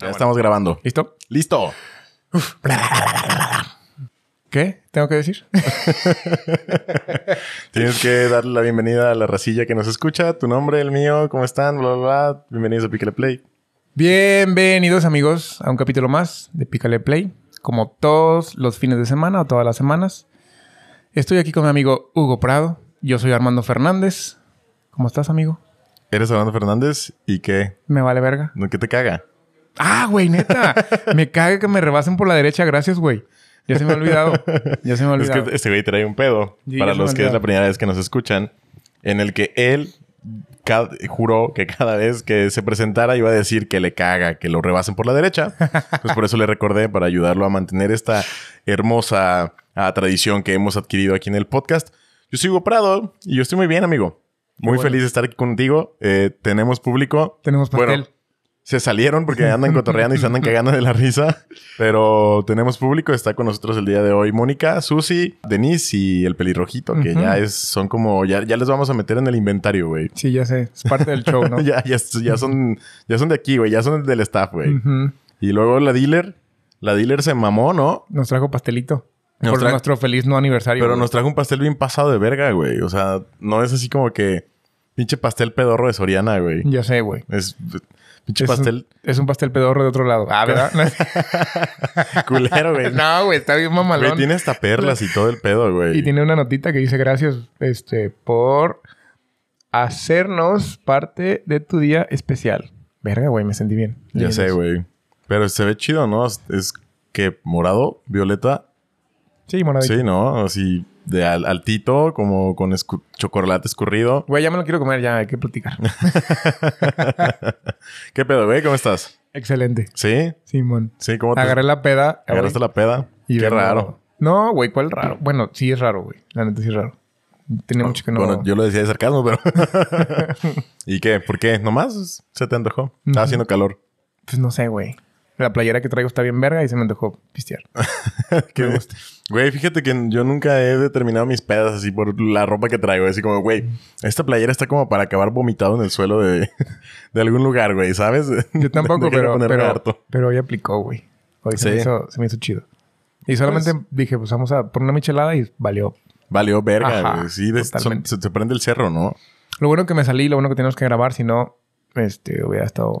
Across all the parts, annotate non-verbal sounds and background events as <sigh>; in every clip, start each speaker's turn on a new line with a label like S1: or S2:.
S1: Ya estamos grabando.
S2: ¿Listo?
S1: ¡Listo!
S2: ¿Qué tengo que decir? <laughs>
S1: Tienes que darle la bienvenida a la racilla que nos escucha. Tu nombre, el mío, ¿cómo están? Bla, bla, bla. Bienvenidos a Pícale Play.
S2: Bienvenidos amigos a un capítulo más de Pícale Play, como todos los fines de semana o todas las semanas. Estoy aquí con mi amigo Hugo Prado. Yo soy Armando Fernández. ¿Cómo estás, amigo?
S1: Eres Armando Fernández y qué?
S2: Me vale verga.
S1: ¿No qué te caga?
S2: Ah,
S1: <laughs>
S2: güey, neta. me caga que me rebasen por la derecha. Gracias, güey. Ya se me ha olvidado. Ya se me ha
S1: Es
S2: olvidado.
S1: que este güey trae un pedo.
S2: Sí,
S1: para
S2: ya se me
S1: los que es
S2: olvidó.
S1: la primera vez que nos escuchan, en el que él ca- juró que cada vez que se presentara iba a decir que le caga, que lo rebasen por la derecha. Pues por eso le recordé para ayudarlo a mantener esta hermosa ah, tradición que hemos adquirido aquí en el podcast. Yo soy Hugo Prado y yo estoy muy bien, amigo. Muy
S2: bueno.
S1: feliz de estar aquí contigo. Eh, tenemos público.
S2: Tenemos pastel.
S1: Bueno, se salieron porque andan cotorreando y se andan cagando de la risa. Pero tenemos público, está con nosotros el día de hoy Mónica, Susi, Denise y el pelirrojito, que
S2: Ujú.
S1: ya es, son como, ya, ya les vamos a meter en el inventario, güey.
S2: Sí, ya sé. Es parte del show,
S1: <laughs>
S2: ¿no?
S1: ya, ya, ya son, ya son de aquí, güey, ya son del staff, güey.
S2: Ujú.
S1: Y luego la dealer, la dealer se mamó, ¿no?
S2: Nos trajo pastelito.
S1: Nos
S2: por
S1: tra-
S2: nuestro feliz no aniversario.
S1: Pero
S2: güey.
S1: nos trajo un pastel bien pasado de verga, güey. O sea, no es así como que pinche pastel pedorro de Soriana, güey.
S2: Ya sé, güey.
S1: Es pinche
S2: Mm. Es un-
S1: pastel
S2: es un pastel pedorro de otro lado. Ah,
S1: <laughs>
S2: ¿verdad? <laughs> Pues
S1: culero, güey.
S2: no, güey, está bien mamalón.
S1: Güey, tiene hasta perlas y todo el pedo, güey.
S2: Y tiene una notita que dice gracias este, por hacernos parte de tu día especial. Verga, güey, me sentí bien.
S1: Ya sé, güey. Pero se ve chido, ¿no? Es- Es que morado, violeta.
S2: Sí, monadito.
S1: Sí, ¿no? Así de al- altito, como con escu- chocolate escurrido.
S2: Güey, ya me lo quiero comer, ya hay
S1: <laughs>
S2: que platicar.
S1: ¿Qué pedo, güey? ¿Cómo estás?
S2: Excelente.
S1: ¿Sí?
S2: Simón.
S1: ¿Sí? ¿Cómo te
S2: Agarré la peda. güey,
S1: agarraste la peda?
S2: y
S1: Qué
S2: vengo-
S1: raro.
S2: No, güey, ¿cuál raro? Bueno, sí es raro, güey. La neta sí es raro. Tiene mucho que no.
S1: Bueno, yo lo decía de sarcasmo,
S2: <laughs>
S1: pero... <laughs> ¿Y qué? ¿Por qué? ¿Nomás se te antojó? Estaba
S2: Ujú.
S1: haciendo calor.
S2: Pues no sé, güey. La playera que traigo está bien verga y se me dejó pistear.
S1: <laughs> Qué
S2: Me
S1: gusto. Güey, fíjate que yo nunca he determinado mis pedas así por la ropa que traigo. Así como, güey, esta playera está como para acabar vomitado en el suelo de, <laughs> de algún lugar, güey, ¿sabes? <laughs>
S2: Yo tampoco,
S1: Déjame
S2: pero,
S1: ponerme
S2: pero,
S1: harto.
S2: pero hoy aplicó, güey. Hoy se,
S1: Sí.
S2: me hizo, se me hizo chido. Y solamente dije, pues vamos a por una michelada y valió.
S1: Valió verga,
S2: Ajá,
S1: güey. Sí, de- son-
S2: totalmente.
S1: se te prende el cerro, ¿no?
S2: Lo bueno que me salí, lo bueno que tenemos que grabar, si no, este, hubiera estado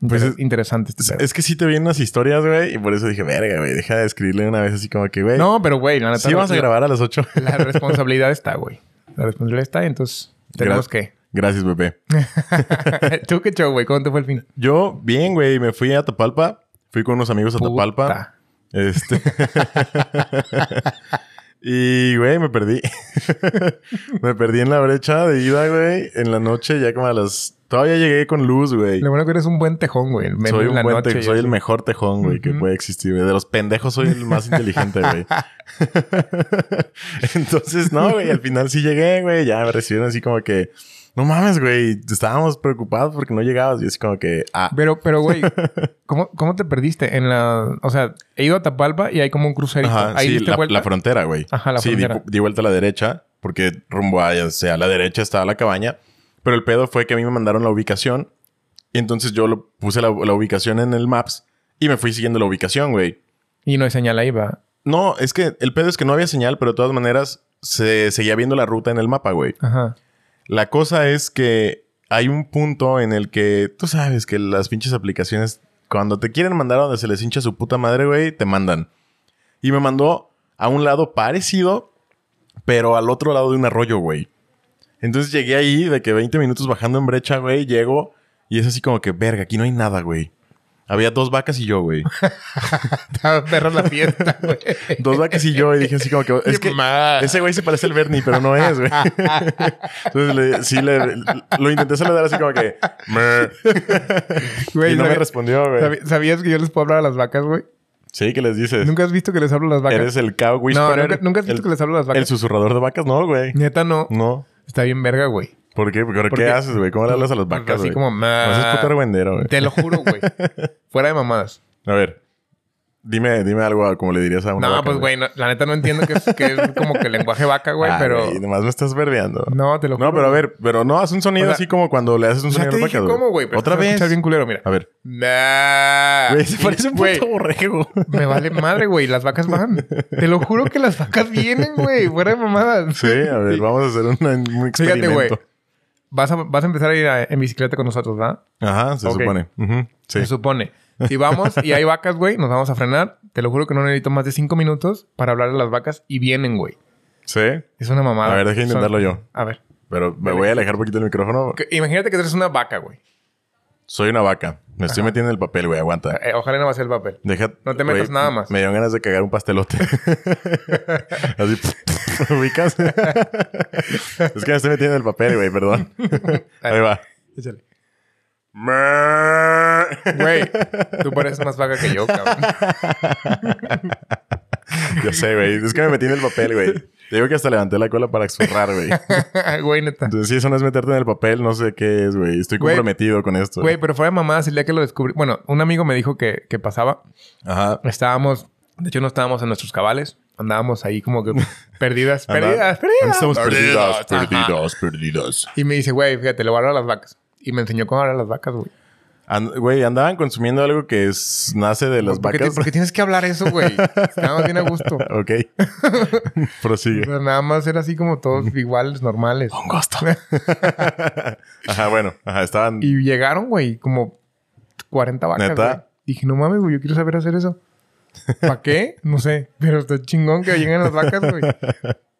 S1: Pues
S2: inter-
S1: es-
S2: interesante este
S1: Es,
S2: pedo.
S1: es que sí te vi en unas historias, güey, y por eso dije, verga, güey, deja de escribirle una vez así como que, güey,
S2: no, pero güey, la neta.
S1: sí vas a
S2: la-
S1: grabar a las 8.
S2: La responsabilidad está, güey. La responsabilidad está, entonces tenemos que.
S1: <laughs>
S2: <laughs>
S1: Gracias, bebé.
S2: ¿Tú qué show, güey? ¿Cómo te fue el fin?
S1: Yo, bien, güey, me fui a Tapalpa. Fui con unos amigos a Tapalpa.
S2: Puta.
S1: Este. <laughs> y, güey, me perdí. <laughs> me perdí en la brecha de ida, güey. En la noche, ya como a las. Todavía llegué con luz, güey.
S2: Lo bueno que eres un buen tejón, güey. El menú
S1: Soy,
S2: en
S1: un
S2: la
S1: buen
S2: noche
S1: te-
S2: y
S1: soy
S2: así.
S1: el mejor tejón, güey, que
S2: Ujú.
S1: puede existir. güey. De los pendejos soy el más inteligente, güey. <laughs> Entonces, no, güey, al final sí llegué, güey. Ya me recibieron así como que, no mames, güey. Estábamos preocupados porque no llegabas. Y así como que, ah,
S2: Pero, pero, güey,
S1: <laughs>
S2: ¿cómo, ¿cómo te perdiste? En la... O sea, he ido a Tapalpa y hay como un crucerito.
S1: Ajá,
S2: Ahí
S1: sí,
S2: diste
S1: la,
S2: vuelta.
S1: la frontera, güey.
S2: Ajá, la
S1: sí, di-
S2: frontera.
S1: Di, vuelta a la derecha, porque rumbo a, o sea, a la derecha estaba la cabaña. Pero el pedo fue que a mí me mandaron la ubicación. Y entonces yo lo, puse la, la ubicación en el Maps y me fui siguiendo la ubicación, güey.
S2: Y no hay señal ahí, va.
S1: No, es que el pedo es que no había señal, pero de todas maneras se seguía viendo la ruta en el mapa, güey. <laughs>
S2: Ajá.
S1: La cosa es que hay un punto en el que tú sabes que las pinches aplicaciones, cuando te quieren mandar a donde se les hincha su puta madre, güey, te mandan. Y me mandó a un lado parecido, pero al otro lado de un arroyo, güey. Entonces llegué ahí de que 20 minutos bajando en brecha, güey, llego y es así como que, verga, aquí no hay nada, güey. Había dos vacas y yo, güey.
S2: Estaba Ah, perra la fiesta, güey.
S1: Dos vacas y yo, y dije así como que, <laughs> es que
S2: más.
S1: ese güey se parece al Bernie, pero no es, güey.
S2: <laughs>
S1: Entonces le- sí le, lo intenté saludar así como que. "Meh".
S2: Güey,
S1: y no me
S2: sabi-
S1: respondió, güey.
S2: sabi- ¿Sabías que yo les puedo hablar a las vacas, güey?
S1: Sí, que les dices.
S2: ¿Nunca has visto que les hablo a las vacas?
S1: Eres el cow
S2: no,
S1: whisperer.
S2: nunca, nunca has visto
S1: el,
S2: que les hablo a las vacas.
S1: el Mm. susurrador de vacas, no, güey.
S2: Neta, no.
S1: No.
S2: Está bien verga, güey.
S1: ¿Por qué? ¿Por qué,
S2: Porque-
S1: haces, güey? ¿Cómo le hablas a las vacas,
S2: Así
S1: güey?
S2: como... ah,
S1: No seas puto
S2: más.
S1: argüendero, güey.
S2: Te lo juro,
S1: <laughs>
S2: güey. Fuera de mamadas.
S1: A ver. Dime, dime algo como le dirías a una
S2: No,
S1: vaca,
S2: pues, güey, no- la neta no entiendo que es, que es como que lenguaje vaca, güey,
S1: Ah,
S2: pero...
S1: güey, nomás me estás verdeando.
S2: No, te lo juro.
S1: No, pero a ver, pero no, haz un sonido
S2: O sea,
S1: así como cuando le haces un
S2: Ya
S1: sonido
S2: te
S1: a las
S2: dije
S1: vacas,
S2: cómo, güey. pero
S1: Otra
S2: se va a
S1: vez.
S2: escuchar bien culero, mira.
S1: A ver.
S2: Nah. sea,
S1: Güey, se parece un
S2: güey,
S1: puto borrego.
S2: me vale madre, güey. Las vacas van. Te lo juro que las vacas vienen, güey. Fuera de mamadas.
S1: Sí, a ver, vamos a hacer una- un
S2: Fíjate,
S1: experimento.
S2: güey. Vas a, vas a empezar a ir a- en bicicleta con nosotros, ¿verdad?
S1: Ajá, se
S2: Ok.
S1: supone. Ujú, Sí.
S2: Se supone. Si vamos y hay vacas, güey, nos vamos a frenar. Te lo juro que no necesito más de cinco minutos para hablar a las vacas y vienen, güey.
S1: Sí.
S2: Es una mamada.
S1: A ver, deja de
S2: Son-
S1: intentarlo yo.
S2: A ver.
S1: Pero me voy a alejar poquito el micrófono.
S2: Que- Imagínate que eres una vaca, güey.
S1: Soy una vaca. Me estoy metiendo en el papel, güey. Aguanta.
S2: Eh, ojalá no va a ser el papel.
S1: Deja,
S2: No te metas
S1: güey,
S2: nada más.
S1: Me dieron ganas de cagar un
S2: <laughs>
S1: pastelote. Así, <laughs> ubicas. es que me estoy metiendo en el papel, güey, perdón. Ahí va.
S2: Échale.
S1: ya <laughs>
S2: Güey, tú pareces más vaca que yo, cabrón. <laughs>
S1: sé, güey. Es que me metí en el papel, güey. Te digo que hasta levanté la cola para zurrar, güey.
S2: Güey, neta.
S1: Entonces, si eso no es meterte en el papel, no sé qué es, güey. Estoy
S2: Güey.
S1: comprometido con esto.
S2: Güey, pero fuera de mamadas, el día que lo descubrí. Bueno, un amigo me dijo que, que pasaba.
S1: Ajá.
S2: Estábamos, de hecho, no estábamos en nuestros cabales. Andábamos ahí como
S1: <laughs>
S2: que perdidas,
S1: Anda-
S2: perdidas, perdidas.
S1: Estamos perdidos,
S2: Ajá.
S1: perdidos, perdidos.
S2: Y me dice, güey, fíjate, le voy a hablar a las vacas. Y me enseñó cómo hablar a las vacas, güey.
S1: And- Güey, andaban consumiendo algo que es, nace de las
S2: ¿Por qué,
S1: vacas.
S2: por qué tienes que hablar
S1: <laughs>
S2: eso, güey? Estábamos bien a gusto.
S1: ok.
S2: <laughs>
S1: Prosigue.
S2: Pero nada más era así como
S1: <laughs>
S2: todos iguales, normales.
S1: Con gusto. <laughs> ajá, bueno. Ajá, estaban...
S2: Y llegaron, güey, como 40 vacas.
S1: ¿Neta?
S2: güey. Dije, no mames, güey, yo quiero saber hacer eso. ¿Para qué? No sé. Pero está chingón que lleguen las vacas, güey.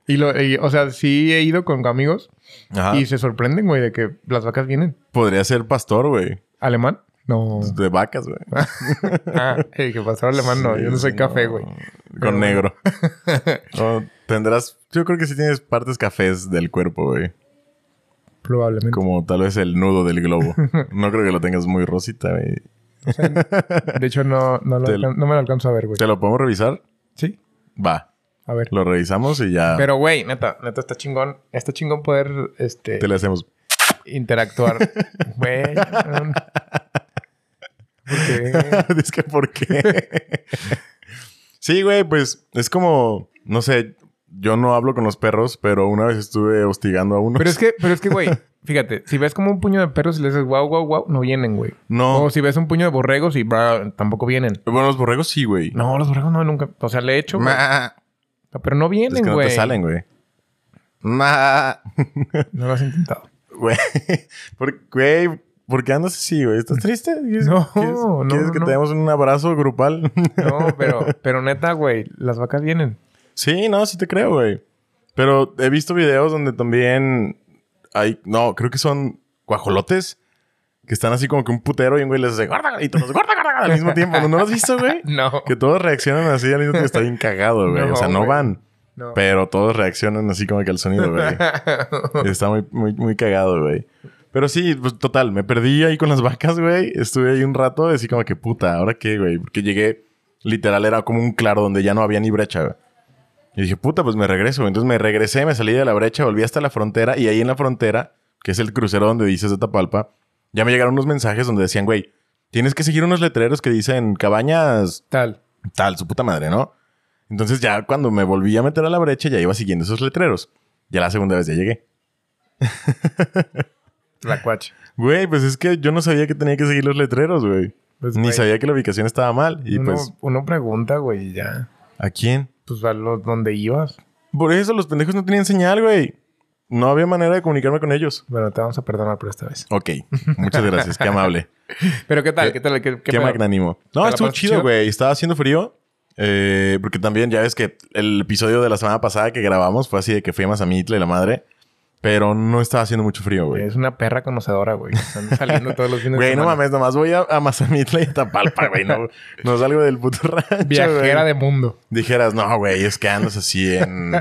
S2: Y, lo, y, o sea, sí he ido con amigos
S1: Ajá.
S2: y se sorprenden, güey, de que las vacas vienen.
S1: Podría ser pastor, güey.
S2: ¿Alemán?
S1: <laughs>
S2: No.
S1: De vacas, güey.
S2: Ah, el que pasó alemán, no.
S1: Sí,
S2: Yo no soy
S1: sí,
S2: café,
S1: no.
S2: güey. Pero
S1: Con
S2: bueno. <laughs>
S1: negro. O tendrás... Yo creo que sí tienes partes cafés del cuerpo, güey.
S2: Probablemente.
S1: Como tal vez el nudo del
S2: <laughs>
S1: globo. No creo que lo tengas muy rosita, güey.
S2: De hecho, no, no, lo
S1: Te-
S2: alcan- no me lo alcanzo a ver, güey.
S1: ¿Te lo podemos revisar?
S2: Sí,
S1: Va.
S2: a ver.
S1: Lo revisamos y ya
S2: Pero, güey, neta, neta, está chingón. Está chingón poder, este...
S1: te le hacemos. <laughs>
S2: interactuar. Güey. no.
S1: <laughs>
S2: Porque
S1: es que ¿por
S2: <laughs>
S1: qué? sí, güey, pues es como, no sé, yo no hablo con los perros, pero una vez estuve hostigando a uno.
S2: Pero es que, pero es que, güey, fíjate, si ves como un puño de perros y le dices guau, guau, guau, no vienen, güey.
S1: No.
S2: O si ves un puño de borregos y brr, tampoco vienen.
S1: Bueno, los borregos sí, güey.
S2: No, los borregos no, nunca. O sea, le he hecho. güey.
S1: Ma.
S2: No, pero no vienen,
S1: Es que no
S2: güey.
S1: te salen, güey. Ma. <laughs>
S2: No lo has intentado.
S1: Güey. ¿Por, güey, ¿por qué andas así, güey? ¿Estás triste? ¿Quieres-
S2: No,
S1: ¿Quieres,
S2: no,
S1: ¿quieres que
S2: no.
S1: te demos un abrazo grupal? <laughs>
S2: No, pero, pero neta, güey, las vacas vienen.
S1: Sí, no, sí te creo, güey. Pero he visto videos donde también hay, no, creo que son guajolotes que están así como que un putero y un güey les hace gorda y todos gorda, gorda, gorda", al mismo tiempo. ¿No lo has visto, güey?
S2: No.
S1: Que todos reaccionan así al mismo tiempo. Está bien cagado, güey.
S2: No,
S1: o sea, no
S2: güey.
S1: van,
S2: No.
S1: pero todos reaccionan así como que al sonido, güey. <laughs> Está muy, muy, muy cagado, güey. Pero sí, pues total, me perdí ahí con las vacas, güey. Estuve ahí un rato, así como que puta, ¿ahora qué, güey? Porque llegué, literal, era como un claro donde ya no había ni brecha, güey. Y dije, puta, pues me regreso. güey. Entonces me regresé, me salí de la brecha, volví hasta la frontera y ahí en la frontera, que es el crucero donde dices de Tapalpa, ya me llegaron unos mensajes donde decían, güey, tienes que seguir unos letreros que dicen cabañas
S2: <laughs> Tal.
S1: tal, su puta madre, ¿no? Entonces ya cuando me volví a meter a la brecha ya iba siguiendo esos letreros. Ya la segunda vez ya llegué.
S2: La cuacha.
S1: Güey, pues es que yo no sabía que tenía que seguir los letreros, güey.
S2: Pues,
S1: Ni
S2: güey,
S1: sabía que la ubicación estaba mal. Y
S2: uno,
S1: pues,
S2: uno pregunta, güey, y ya.
S1: ¿a quién?
S2: Pues a los donde ibas.
S1: Por eso los pendejos no tenían señal, güey. No había manera de comunicarme con ellos.
S2: Bueno, te vamos a perdonar por esta vez.
S1: Ok, muchas gracias, qué amable.
S2: Pero qué tal, qué, tal, qué, qué
S1: Qué
S2: pedo?
S1: magnánimo. No,
S2: la
S1: estuvo
S2: pasaste
S1: chido,
S2: chido?
S1: güey. Estaba haciendo frío. eh, porque también ya ves que el episodio de la semana pasada que grabamos fue así de que fui a Mazamitla y la madre. Pero no estaba haciendo mucho frío, güey.
S2: Es una perra conocedora, güey. Están saliendo todos los fines de
S1: Güey, no
S2: semana.
S1: mames, nomás voy a, a Mazamitla y a Tapalpa, güey. No, no salgo del puto <laughs> rancho,
S2: Viajera
S1: güey.
S2: de mundo.
S1: Dijeras, no, güey, es que andas así
S2: <laughs>
S1: en,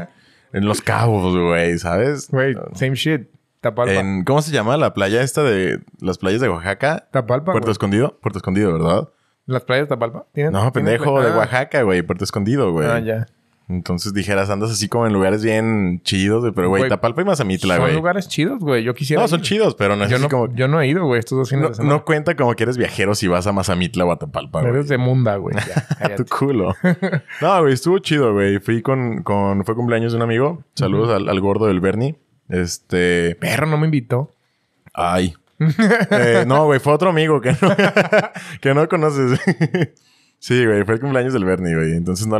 S1: en Los Cabos, güey, ¿sabes?
S2: Güey, same shit. Tapalpa.
S1: En, ¿Cómo se llama la playa esta de... Las playas de Oaxaca?
S2: Tapalpa,
S1: Puerto
S2: güey.
S1: Escondido. Puerto Escondido, ¿verdad?
S2: Las playas de Tapalpa. ¿Tienen-
S1: No,
S2: tienen-
S1: pendejo, de
S2: Ah,
S1: Oaxaca, güey. Puerto Escondido, güey.
S2: Ah, ya.
S1: Entonces dijeras, andas así como en lugares bien chidos, güey, pero güey,
S2: Güey,
S1: Tapalpa y Mazamitla,
S2: son
S1: güey.
S2: lugares chidos, güey. Yo quisiera
S1: No, son
S2: ir.
S1: chidos, pero no es
S2: Yo
S1: así
S2: no,
S1: como...
S2: yo no he ido, güey, estos dos fines
S1: No,
S2: de semana.
S1: no cuenta como que eres viajero si vas a Mazamitla o a Tapalpa, güey.
S2: Eres de munda, güey. Ya,
S1: <laughs> A tu
S2: cállate.
S1: culo. No, güey, estuvo chido, güey. Fui con, con... Fue cumpleaños de un amigo. Saludos al, al gordo del Bernie. Este...
S2: Perro no me invitó. <laughs>
S1: Ay. Eh, no, güey, fue otro amigo que no, <laughs> que no conoces. sí, güey, fue el cumpleaños del Bernie, güey. Entonces no.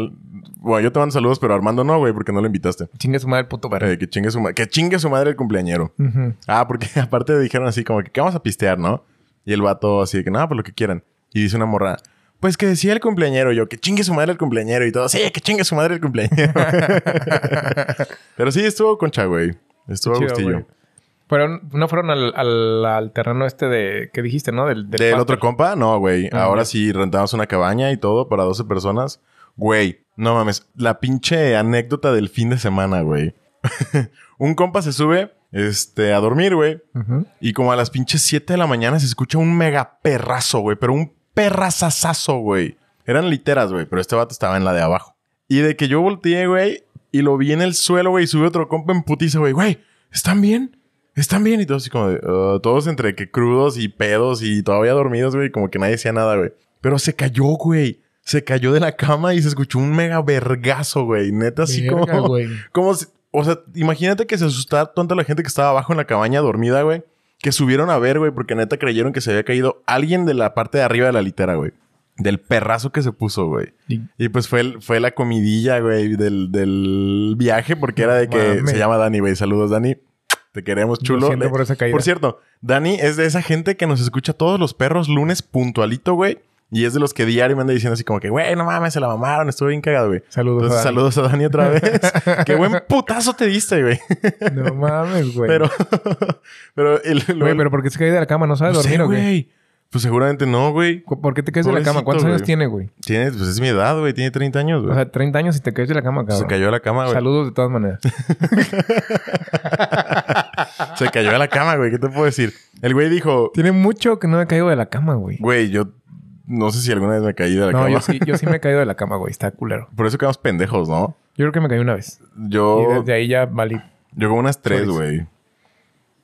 S1: Bueno, yo te mando saludos, pero Armando no, güey, porque no lo invitaste.
S2: Chinga su madre el puto verde.
S1: Eh, que, chingue su ma- que chingue su madre el cumpleañero. Ah, porque <laughs> aparte dijeron así como que, ¿qué vamos a pistear, no? Y el vato así de que, nada, pues lo que quieran. Y dice una morra, pues que decía el cumpleañero. Yo, que chingue su madre el cumpleañero. Y todo, sí, que chingue su madre el
S2: <laughs>
S1: cumpleañero. Pero sí, estuvo concha, güey. Estuvo a
S2: Chido,
S1: gustillo.
S2: güey. Fueron, no fueron al, al, al terreno este de que dijiste, ¿no? Del, del
S1: ¿Del
S2: pastor.
S1: otro compa? No, güey.
S2: Ah,
S1: Ahora
S2: ok.
S1: sí rentamos una cabaña y todo para 12 personas. Güey, no mames. La pinche anécdota del fin de semana, güey. <laughs> un compa se sube este, a dormir, güey.
S2: Ujú.
S1: Y como a las pinches 7 de la mañana se escucha un mega perrazo, güey. Pero un perrazazazo, güey. Eran literas, güey. Pero este vato estaba en la de abajo. Y de que yo volteé, güey. Y lo vi en el suelo, güey. Y sube otro compa en putiza, güey. Güey, ¿están bien? ¿Están bien? Y todos así como de... "Uh", todos entre que crudos y pedos y todavía dormidos, güey. Como que nadie decía nada, güey. Pero se cayó, güey. Se cayó de la cama y se escuchó un mega vergazo, güey. Neta, así
S2: Verga,
S1: como...
S2: güey.
S1: Como si- o sea, imagínate que se asustara tanto la gente que estaba abajo en la cabaña dormida, güey. Que subieron a ver, güey, porque neta creyeron que se había caído alguien de la parte de arriba de la litera, güey. Del perrazo que se puso, güey.
S2: Y-
S1: Y pues fue, el- fue la comidilla, güey, del, del viaje, porque era de que
S2: Mames.
S1: se llama Dani, güey. Saludos, Dani. Te queremos,
S2: Lo
S1: chulo.
S2: siento
S1: Le-
S2: por esa caída.
S1: por cierto, Dani es de esa gente que nos escucha todos los perros lunes puntualito, güey. Y es de los que diario me anda diciendo así como que, güey, no mames, se la mamaron, estuve bien cagado, güey.
S2: Saludos.
S1: Entonces,
S2: a Dani.
S1: saludos a Dani otra
S2: <laughs>
S1: vez. Qué buen putazo te diste, güey.
S2: No mames, güey.
S1: Pero, <laughs> pero el.
S2: Güey, pero ¿por qué se cae de la cama? ¿No sabe
S1: no sé,
S2: dormir o qué?
S1: güey. Pues seguramente no, güey.
S2: ¿Cu- ¿Por qué te caes de la cama?
S1: Pobrecito,
S2: ¿Cuántos años
S1: güey.
S2: tiene, güey?
S1: Tiene, pues es mi edad, güey. Tiene 30 años, güey.
S2: O sea, 30 años y te caes de la cama, cabrón.
S1: se cayó a la cama, güey.
S2: Saludos de todas maneras.
S1: <laughs> Se cayó a la cama, güey. ¿Qué te puedo decir? El güey dijo,
S2: Tiene mucho que no me caigo de la cama, güey.
S1: güey, yo no sé si alguna vez me caí de la
S2: No,
S1: cama.
S2: yo sí, yo sí me he caído de la cama, güey. Está culero.
S1: <laughs> Por eso quedamos pendejos, ¿no?
S2: Yo creo que me caí una vez.
S1: Yo,
S2: Y desde ahí ya valí.
S1: yo como unas tres,
S2: Chorizo.
S1: güey.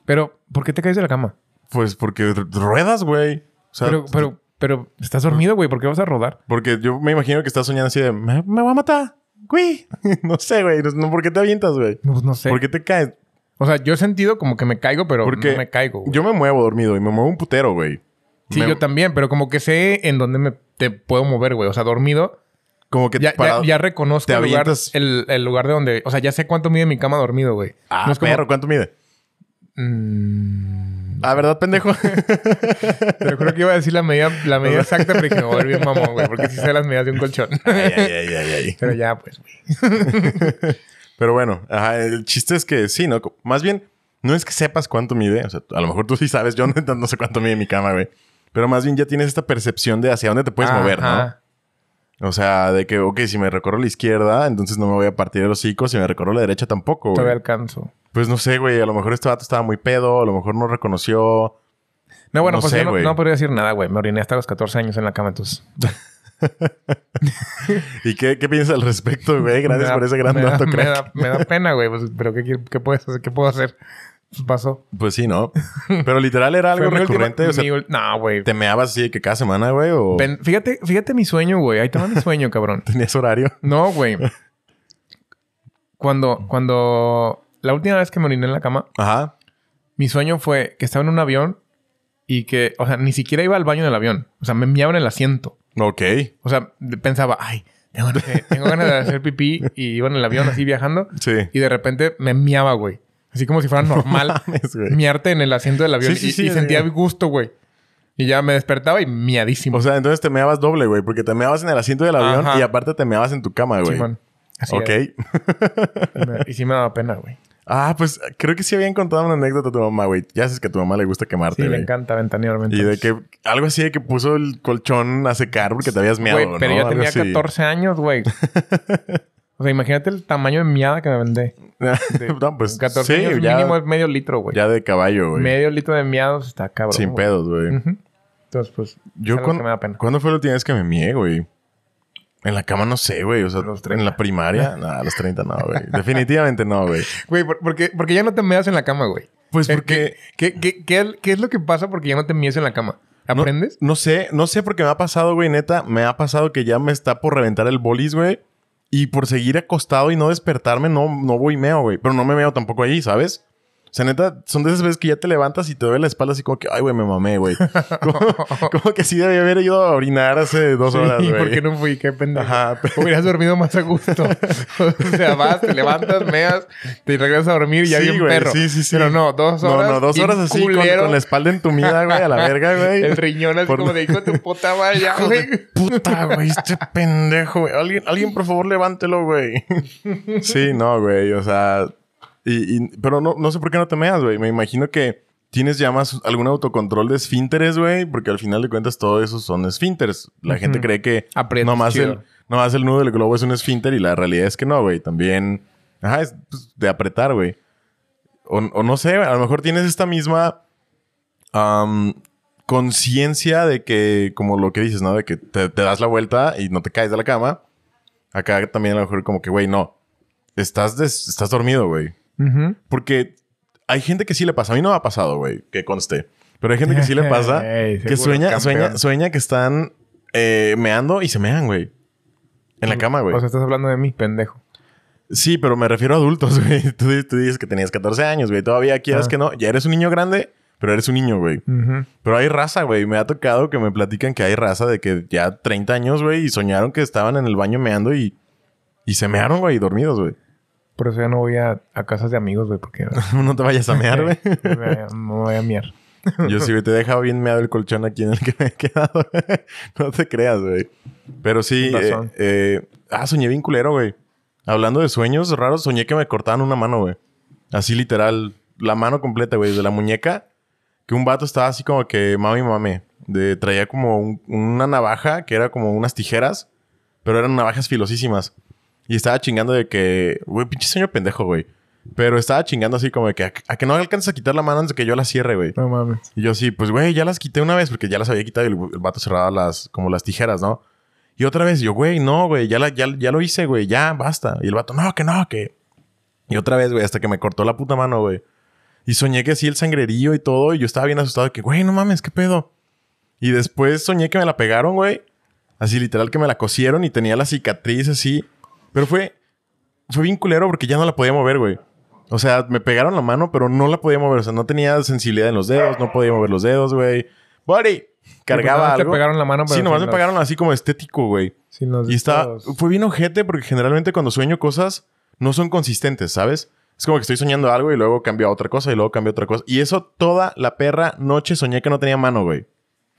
S2: Pero, ¿por qué te caes de la cama?
S1: Pues porque r- ruedas, güey. O sea,
S2: pero, pero, pero, estás dormido, güey. ¿Por qué vas a rodar?
S1: Porque yo me imagino que estás soñando así de, me, me voy a matar, güey. <laughs> no sé, güey. No- No, ¿Por qué te avientas, güey?
S2: No, pues no sé.
S1: ¿Por qué te caes?
S2: O sea, yo he sentido como que me caigo, pero
S1: Porque
S2: no me caigo. güey.
S1: Yo me muevo dormido y me muevo un putero, güey.
S2: sí,
S1: Me-
S2: yo también, pero como que sé en dónde me te puedo mover, güey. O sea, dormido.
S1: Como que
S2: Ya, ya,
S1: parado-
S2: ya reconozco
S1: te
S2: el lugar,
S1: avientas-
S2: el, el lugar de donde. O sea, ya sé cuánto mide mi cama dormido, güey.
S1: Ah,
S2: No es como-
S1: perro, ¿cuánto mide?
S2: Mm,
S1: Ah, ¿verdad,
S2: <laughs>
S1: pendejo?
S2: Te lo juro que iba a decir la medida, la medida exacta, pero dije, me voy a ver bien mamón, güey, porque sí sé las medidas de un colchón. <laughs>
S1: ay, ay, ay, ay, ay.
S2: pero ya, pues, güey.
S1: <laughs> Pero bueno, ajá, el chiste es que sí, ¿no? Co- Más bien, no es que sepas cuánto mide. O sea, a lo mejor tú sí sabes. Yo <laughs> no, no sé cuánto mide mi cama, güey. Pero más bien ya tienes esta percepción de hacia dónde te puedes mover, ¿no?
S2: Ajá.
S1: O sea, de que, ok, si me recorro a la izquierda, entonces no me voy a partir el hocico. Si me recorro a la derecha, tampoco,
S2: Todavía
S1: güey.
S2: alcanzo.
S1: Pues no sé, güey. A lo mejor este vato estaba muy pedo. A lo mejor no reconoció.
S2: No, bueno,
S1: No
S2: pues
S1: sé,
S2: yo no,
S1: güey.
S2: no podría decir nada, güey. Me oriné hasta los 14 años en la cama, entonces.
S1: ¿Y qué, qué piensas al respecto, güey? Gracias
S2: Me da-
S1: por ese gran
S2: me da-
S1: dato,
S2: me
S1: crack.
S2: da, me da pena, güey. pues, pero ¿qué, quiero- qué, puedes hacer? ¿qué puedo hacer? Pues pasó.
S1: Pues sí,
S2: <laughs>
S1: ¿no? Pero literal era algo
S2: Fue mi última-
S1: recurrente. O sea,
S2: mi ul- no, güey.
S1: ¿te meabas así de que cada semana, güey? ¿O
S2: Pen- Fíjate, fíjate mi sueño, güey. Ahí te va mi sueño, cabrón.
S1: tenías horario?
S2: No, güey. Cuando, cuando... La última vez que me oriné en la cama,
S1: Ajá.
S2: Mi sueño fue que estaba en un avión y que, o sea, ni siquiera iba al baño en el avión. O sea, me enviaban el asiento.
S1: Ok.
S2: O sea, de- pensaba, ay, tengo, ganas de- tengo ganas de hacer pipí y iba en el avión así viajando
S1: Sí.
S2: y de repente me miaba, güey. Así como si fuera normal
S1: <laughs> Mames, güey.
S2: miarte en el asiento del avión
S1: Sí, sí,
S2: y-
S1: sí,
S2: y,
S1: de
S2: sentía
S1: verdad.
S2: gusto, güey. Y ya me despertaba y miadísimo.
S1: O sea, entonces te meabas doble, güey. Porque te meabas en el asiento del avión
S2: Ajá.
S1: y aparte te meabas en tu cama, güey.
S2: Simón. Así
S1: ok.
S2: era. Y, me- y sí me daba pena, güey.
S1: Ah, pues creo que sí habían contado una anécdota a tu mamá, güey. Ya sabes que a tu mamá le gusta
S2: Sí,
S1: quemarte,
S2: le
S1: güey.
S2: encanta ventanear.
S1: y
S2: ventanear.
S1: de que algo así de que puso el colchón a secar porque te habías meado,
S2: Güey, pero
S1: ¿no?
S2: yo
S1: Algo
S2: tenía
S1: así. <laughs>
S2: 14 años, güey. o sea, imagínate el tamaño de miada que me vendé.
S1: no, pues
S2: 14
S1: sí,
S2: años
S1: ya,
S2: mínimo es medio litro, güey.
S1: ya de caballo, güey.
S2: Medio litro de miados está cabrón.
S1: Sin
S2: güey.
S1: pedos, güey.
S2: Ujú. Entonces, pues,
S1: Yo
S2: es algo
S1: cuan-
S2: que me da pena.
S1: ¿Cuándo fue la última vez que me mié, güey? En la cama no sé, güey. O sea,
S2: A los 30.
S1: en la primaria.
S2: <laughs>
S1: No, a los 30 no, güey. Definitivamente no, güey.
S2: Güey, ¿por, porque, porque ya no te meas en la cama, güey.
S1: Pues
S2: Eh,
S1: porque-
S2: ¿Qué, qué, qué, qué- qué es lo que pasa porque ya no te meas en la cama? ¿Aprendes?
S1: No sé, no sé por qué me ha pasado, güey, neta. Me ha pasado que ya me está por reventar el bolis, güey. Y por seguir acostado y no despertarme, no, no voy y meo, güey. Pero no me meo tampoco ahí, ¿sabes? O sea, neta, son de esas veces que ya te levantas y te duele la espalda así como que, ay, güey, me mamé, <laughs> güey. como, como que sí debía haber ido a orinar hace dos horas,
S2: Sí,
S1: güey.
S2: ¿por qué no fui? Qué
S1: <laughs>
S2: pendejo.
S1: Ajá, pero-
S2: Hubieras dormido más
S1: <laughs>
S2: a gusto. <laughs> o sea, vas, te levantas, meas, te regresas a dormir y ya
S1: Sí,
S2: bien
S1: güey,
S2: perro.
S1: sí, sí, sí.
S2: Pero no, dos
S1: No,
S2: horas.
S1: no, dos
S2: bien
S1: horas así con,
S2: culero.
S1: con la espalda entumida, güey, a la verga, <laughs> güey.
S2: El riñón así
S1: Por-
S2: como de hijo de tu puta madre, ya,
S1: Hijo
S2: güey.
S1: de puta, güey, <laughs> este pendejo, güey. Alguien, alguien, por favor, levántelo, güey. <laughs> Sí, no, güey, o sea. Y, y- pero no, no sé por qué no te meas, güey. Me imagino que tienes ya más algún autocontrol de esfínteres, güey, porque al final de cuentas todo eso son esfínteres. La gente
S2: Ujú.
S1: cree que
S2: Aprietas
S1: nomás
S2: chido.
S1: el, nomás el nudo del globo es un esfínter y la realidad es que no, güey. También, ajá, es pues, de apretar, güey. O, o no sé, a lo mejor tienes esta misma am, conciencia de que, como lo que dices, ¿no? De que te, te das la vuelta y no te caes de la cama. Acá también a lo mejor como que, güey, no. Estás, des- estás dormido, güey.
S2: Ujú.
S1: Porque hay gente que sí le pasa. A mí no me ha pasado, güey, que conste. Pero hay gente que sí le pasa
S2: Ey,
S1: que
S2: seguro,
S1: sueña,
S2: campeón.
S1: sueña, sueña que están eh, meando y se mean, güey. En la cama, güey.
S2: Mm, O sea, estás hablando de mí, pendejo.
S1: Sí, pero me refiero a adultos, <laughs> güey. Tú, di- tú dices que tenías 14 años, güey. Todavía quieras
S2: Ah.
S1: que no. Ya eres un niño grande, pero eres un niño, güey.
S2: Ujú.
S1: Pero hay raza, güey. Me ha tocado que me platican que hay raza de que ya 30 años, güey, y soñaron que estaban en el baño meando y, y se mearon, güey, dormidos, güey. <laughs>
S2: Por eso ya no voy a, a casas de amigos, güey, porque...
S1: no te vayas a <laughs>
S2: <laughs>
S1: mear, güey.
S2: me voy a- me voy a miar.
S1: <laughs> Yo sí, güey, te dejaba bien meado el colchón aquí en el que me he quedado. no te creas, güey. Pero sí.
S2: Con
S1: eh,
S2: razón.
S1: eh, ah, soñé bien culero, güey. Hablando de sueños raros, soñé que me cortaban una mano, güey. Así literal. La mano completa, güey. De la muñeca. Que un vato estaba así como que mami, mami. De, traía como un- una navaja que era como unas tijeras. Pero eran navajas filosísimas. Y estaba chingando de que... Güey, pinche sueño pendejo, güey. Pero estaba chingando así como de que... A, a que no alcanzas a quitar la mano antes de que yo la cierre, güey.
S2: No mames.
S1: Y yo sí, pues güey, ya las quité una vez porque ya las había quitado y el, el vato cerraba las, como las tijeras, ¿no? Y otra vez, yo, güey, no, güey, ya, la- ya, ya lo hice, güey, ya, basta. Y el vato, no, que no, que. Y otra vez, güey, hasta que me cortó la puta mano, güey. Y soñé que así el sangrerío y todo, y yo estaba bien asustado, que, güey, no mames, qué pedo. Y después soñé que me la pegaron, güey. Así literal que me la cosieron y tenía la cicatriz así. Pero fue, fue bien culero porque ya no la podía mover, güey. O sea, me pegaron la mano, pero no la podía mover. O sea, no tenía sensibilidad en los dedos, no podía mover los dedos, güey. Buddy, cargaba
S2: Te
S1: algo.
S2: pegaron la mano, pero
S1: Sí, nomás
S2: sin
S1: me
S2: los-
S1: pegaron así como estético, güey.
S2: sin los
S1: Y está...
S2: dedos.
S1: Fue bien ojete porque generalmente cuando sueño cosas no son consistentes, ¿sabes? Es como que estoy soñando algo y luego cambio a otra cosa y luego cambio a otra cosa. Y eso toda la perra noche soñé que no tenía mano, güey.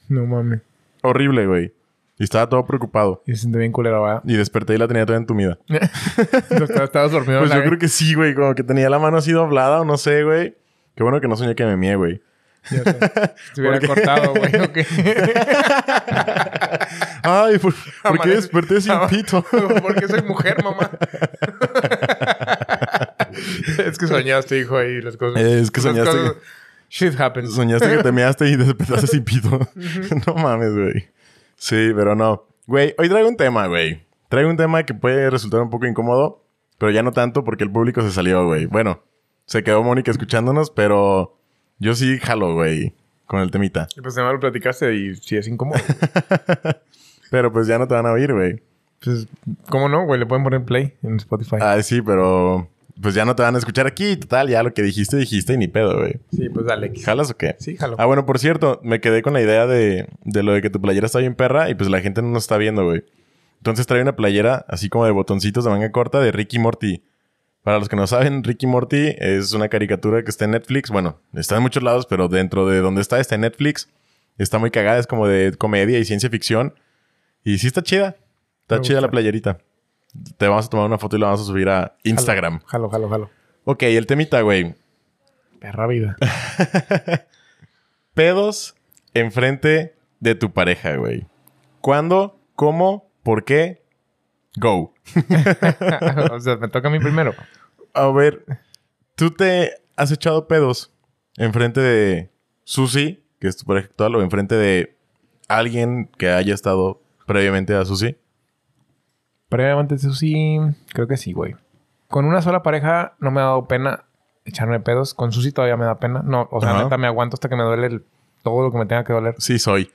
S2: No mames.
S1: Horrible, güey. Y estaba todo preocupado.
S2: Y se siente bien
S1: <laughs>
S2: culero, ¿verdad?
S1: Y desperté y la tenía toda entumida.
S2: Estabas- Estabas dormido.
S1: Pues
S2: la-
S1: yo creo que sí, güey. Como que tenía la mano así doblada o no sé, güey. Qué bueno que no soñé que me mié,
S2: <laughs>
S1: güey.
S2: Ya sé.
S1: <laughs>
S2: Si te hubiera
S1: Porque- <laughs>
S2: cortado, güey. ok.
S1: Ay, ¿por, ¿por qué
S2: Amane-
S1: desperté
S2: <laughs>
S1: sin
S2: Ama-
S1: pito?
S2: Porque soy mujer, mamá. <laughs> es que soñaste, hijo, ahí las cosas.
S1: Eh, Es que
S2: las
S1: soñaste
S2: cosas- Shit happens.
S1: Soñaste que te measte y despertaste sin pito. <laughs> no mames, güey. Sí, pero no. Güey, hoy traigo un tema, güey. Traigo un tema que puede resultar un poco incómodo, pero ya no tanto porque el público se salió, güey. Bueno, se quedó Mónica escuchándonos, pero yo sí jalo, güey, con el temita.
S2: Y Pues además lo platicaste y sí es
S1: <laughs>
S2: incómodo.
S1: Pero pues ya no te van a oír, güey.
S2: Pues, ¿cómo no, güey? Le pueden poner play en Spotify.
S1: Ah, sí, pero pues ya no te van a escuchar aquí. Total, ya lo que dijiste, dijiste y ni pedo, güey.
S2: Sí, pues dale.
S1: ¿Jalas o qué?
S2: Sí, jalo.
S1: Ah, bueno, por cierto, me quedé con la idea de, de lo de que tu playera está bien perra y pues la gente no nos está viendo, güey. Entonces trae una playera así como de botoncitos de manga corta de Ricky Morty. Para los que no saben, Ricky Morty es una caricatura que está en Netflix. Bueno, está en muchos lados, pero dentro de donde está, está en Netflix. Está muy cagada, es como de comedia y ciencia ficción. Y sí está chida. Está
S2: Me
S1: chida
S2: gusta.
S1: la playerita. Te vamos a tomar una foto y la vamos a subir a Instagram.
S2: Jalo, jalo, jalo.
S1: Ok, el temita, güey.
S2: Perra vida. <laughs>
S1: pedos enfrente de tu pareja, güey. ¿Cuándo? ¿Cómo? ¿Por qué? Go.
S2: o sea, me toca a mí primero.
S1: A ver, ¿tú te has echado pedos enfrente de Susi, que es tu pareja actual, o enfrente de alguien que haya estado previamente a Susi?
S2: Previamente, eso sí, creo que sí, güey. Con una sola pareja no me ha dado pena echarme pedos. Con Susi todavía me da pena. No, o sea,
S1: Ajá.
S2: neta, me aguanto hasta que me duele el- todo lo que me tenga que doler.
S1: Sí, soy.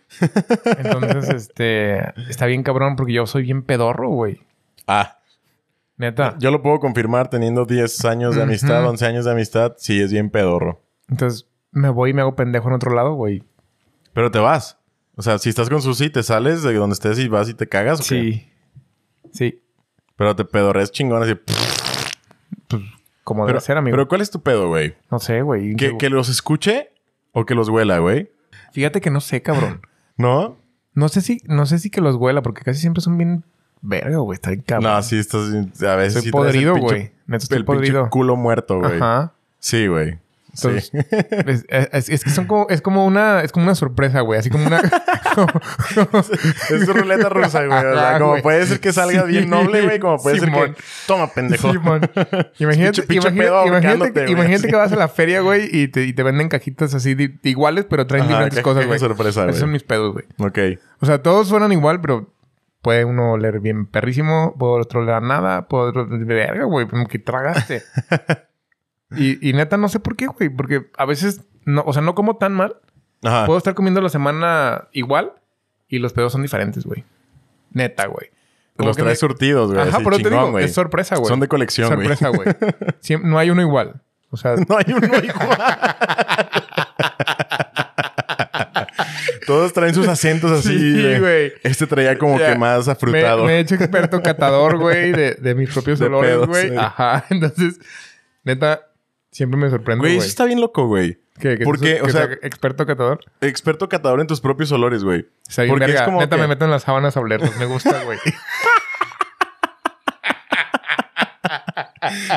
S2: Entonces, este, está bien cabrón porque yo soy bien pedorro, güey.
S1: Ah,
S2: Neta.
S1: Yo lo puedo confirmar teniendo 10 años de amistad,
S2: Ujú.
S1: 11 años de amistad, sí es bien pedorro.
S2: Entonces me voy y me hago pendejo en otro lado, güey.
S1: Pero te vas. O sea, si estás con Susi, te sales de donde estés y vas y te cagas. ¿o qué?
S2: Sí.
S1: Pero te pedorreas chingón así.
S2: Como
S1: Pero,
S2: debe ser, amigo.
S1: pero ¿cuál es tu pedo, güey?
S2: no sé, güey.
S1: ¿Que, que los escuche o que los huela, güey?
S2: Fíjate que no sé, cabrón.
S1: ¿No?
S2: No sé si, no sé si que los huela, porque casi siempre son bien verga, güey. Está bien cabrón.
S1: No, sí, estás. A veces. sí
S2: Estoy
S1: traes el
S2: podrido,
S1: pinche-
S2: güey. Neta, estoy
S1: el pinche
S2: podrido.
S1: culo muerto, güey.
S2: Ajá.
S1: Sí, güey. Sí.
S2: Entonces- Es, es- es que son como, es como una, es como una sorpresa, güey. Así como una.
S1: <laughs> es ruleta rusa, güey. O
S2: <laughs>
S1: sea,
S2: Ah,
S1: como
S2: güey.
S1: puede ser que salga
S2: Sí.
S1: bien noble, güey, como puede ser
S2: Simón.
S1: que. Toma, pendejo. <laughs>
S2: Simón. Imagínate,
S1: Pinche- pinche
S2: imagínate-
S1: pedo
S2: imagínate,
S1: ahorcándote,
S2: que,
S1: güey,
S2: imagínate
S1: así.
S2: que vas a la feria, güey, y te, y te venden cajitas así di- iguales, pero traen
S1: Ajá,
S2: diferentes
S1: qué-
S2: cosas,
S1: qué
S2: güey.
S1: sorpresa,
S2: Esos
S1: güey.
S2: son mis pedos, güey.
S1: Ok.
S2: O sea, todos suenan igual, pero puede uno oler bien perrísimo, puede otro oler a nada, puede otro... Verga, güey, como que tragaste.
S1: <laughs>
S2: y, y neta, no sé por qué, güey, porque a veces, no, o sea, no como tan mal.
S1: Ajá.
S2: Puedo estar comiendo la semana igual y los pedos son diferentes, güey. Neta, güey. Como
S1: Los
S2: que
S1: traes
S2: me-
S1: surtidos, güey.
S2: Ajá,
S1: así,
S2: pero te
S1: chingón,
S2: digo,
S1: güey.
S2: es sorpresa, güey.
S1: Son de colección, güey.
S2: Sorpresa,
S1: <laughs>
S2: güey. Siem- no hay uno igual. O sea,
S1: No hay uno igual. Todos traen sus acentos así.
S2: <laughs> Sí,
S1: de-
S2: güey.
S1: Este traía como
S2: Ya.
S1: que más
S2: me,
S1: afrutado.
S2: me he hecho experto catador, güey, de, de mis propios
S1: De
S2: olores,
S1: pedos,
S2: güey.
S1: sí.
S2: Ajá. <laughs> Entonces, neta, siempre me sorprende,
S1: Güey,
S2: güey.
S1: eso está bien loco, güey.
S2: Que, que
S1: Porque,
S2: seas-
S1: o
S2: que
S1: sea-
S2: seas experto catador.
S1: Experto catador en tus propios olores, güey.
S2: O sea, bien
S1: Porque es
S2: verga.
S1: como
S2: Neta,
S1: que-
S2: me meto en las sábanas a olerlos. Me
S1: <laughs>
S2: gusta, güey.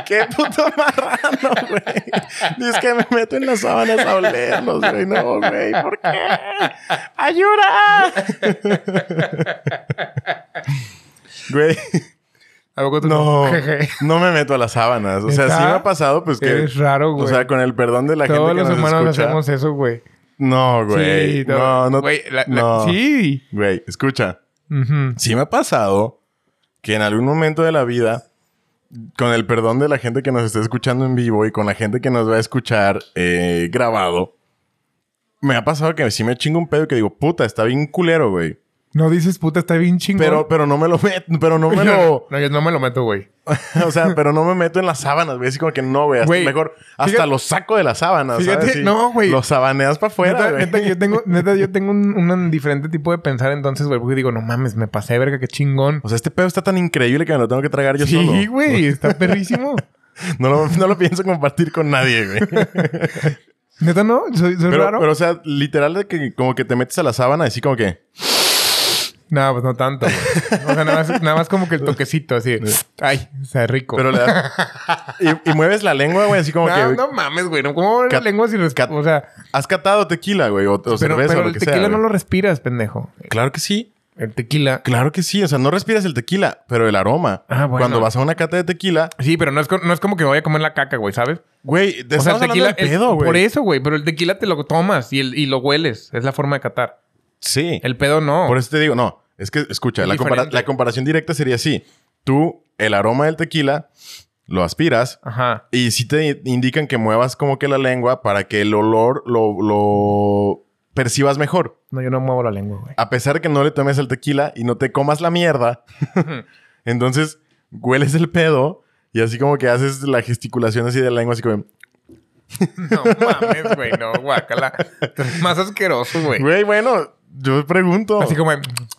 S1: ¡Qué puto marrano, güey! Es que me meto en las sábanas a olerlos, güey. No, güey. ¿Por qué? ¡Ayuda! Güey,
S2: ¿A poco
S1: <laughs>
S2: tú
S1: no.
S2: <laughs> Jeje.
S1: No me meto a las sábanas. O sea,
S2: ¿Neta?
S1: sí me ha pasado, pues que...
S2: Eres raro, güey.
S1: O sea, con el perdón de la
S2: Todos
S1: gente
S2: los
S1: que nos
S2: humanos
S1: escucha.
S2: hacemos eso, güey.
S1: No, güey.
S2: Sí,
S1: no,
S2: todo-
S1: no.
S2: Güey, la- la-
S1: no.
S2: Sí.
S1: Güey, escucha.
S2: Ujú.
S1: Sí me ha pasado que en algún momento de la vida, con el perdón de la gente que nos está escuchando en vivo y con la gente que nos va a escuchar eh, grabado, me ha pasado que sí me chingo un pedo y que digo, puta, está bien culero, güey.
S2: No dices, puta, está bien chingón.
S1: Pero, pero no me lo meto, pero no me
S2: <laughs> no,
S1: lo,
S2: no, yo no me lo meto, güey.
S1: o sea, pero no me meto en las sábanas, güey. Así como que no, güey. hasta-
S2: Güey,
S1: mejor hasta
S2: fíjate-
S1: lo saco de las sábanas.
S2: fíjate,
S1: ¿sabes? Sí.
S2: no, güey.
S1: Lo sabaneas para afuera,
S2: Neta,
S1: güey.
S2: neta, yo tengo, neta, yo tengo un, un diferente tipo de pensar entonces, güey, porque digo, no mames, me pasé verga, qué chingón.
S1: O sea, este pedo está tan increíble que me lo tengo que tragar yo solo.
S2: Sí,
S1: <laughs>
S2: güey, está perrísimo.
S1: No lo, no lo pienso compartir con nadie, güey.
S2: Neta, no, soy,
S1: <laughs>
S2: soy
S1: Pero,
S2: raro.
S1: pero, o sea, literal de que como que te metes a la sábana así como que...
S2: No, pues no tanto, güey. O sea, nada más, nada más como que el toquecito, así. de, Ay, o sea, rico.
S1: Pero le <laughs> das... y, y mueves la lengua, güey, así como
S2: no,
S1: que...
S2: no mames, güey. No, ¿Cómo la
S1: Cat-
S2: lengua si
S1: cat-
S2: respeto? O sea,
S1: Has catado tequila, güey, o, o
S2: pero,
S1: cerveza
S2: pero
S1: o lo
S2: el
S1: que
S2: tequila
S1: sea.
S2: no
S1: güey.
S2: lo respiras, pendejo.
S1: Claro que sí.
S2: El tequila.
S1: Claro que sí. O sea, no respiras el tequila, pero el aroma.
S2: Ah, bueno.
S1: Cuando vas a una cata de tequila...
S2: Sí, pero no es, co- no es como que me voy a comer la caca, güey, ¿sabes?
S1: Güey, te
S2: O sea,
S1: estamos
S2: el
S1: hablando
S2: tequila.
S1: del pedo,
S2: el-
S1: güey.
S2: por eso, güey. Pero el tequila te lo tomas y, el, y lo hueles. Es la forma de catar.
S1: Sí.
S2: El pedo no.
S1: Por eso te digo, no, es que escucha,
S2: Es
S1: la, compara-
S2: diferente.
S1: la comparación directa sería así. Tú, el aroma del tequila, lo aspiras
S2: Ajá.
S1: y sí te indican que muevas como que la lengua para que el olor lo, lo percibas mejor.
S2: No, yo no muevo la lengua, güey.
S1: A pesar de que no le tomes el tequila y no te comas la mierda, entonces hueles el pedo y así como que haces la gesticulación así de la lengua, así como,
S2: <laughs> No mames, güey. No, guácala. Es Más asqueroso, güey.
S1: güey, bueno, yo pregunto.
S2: Así como,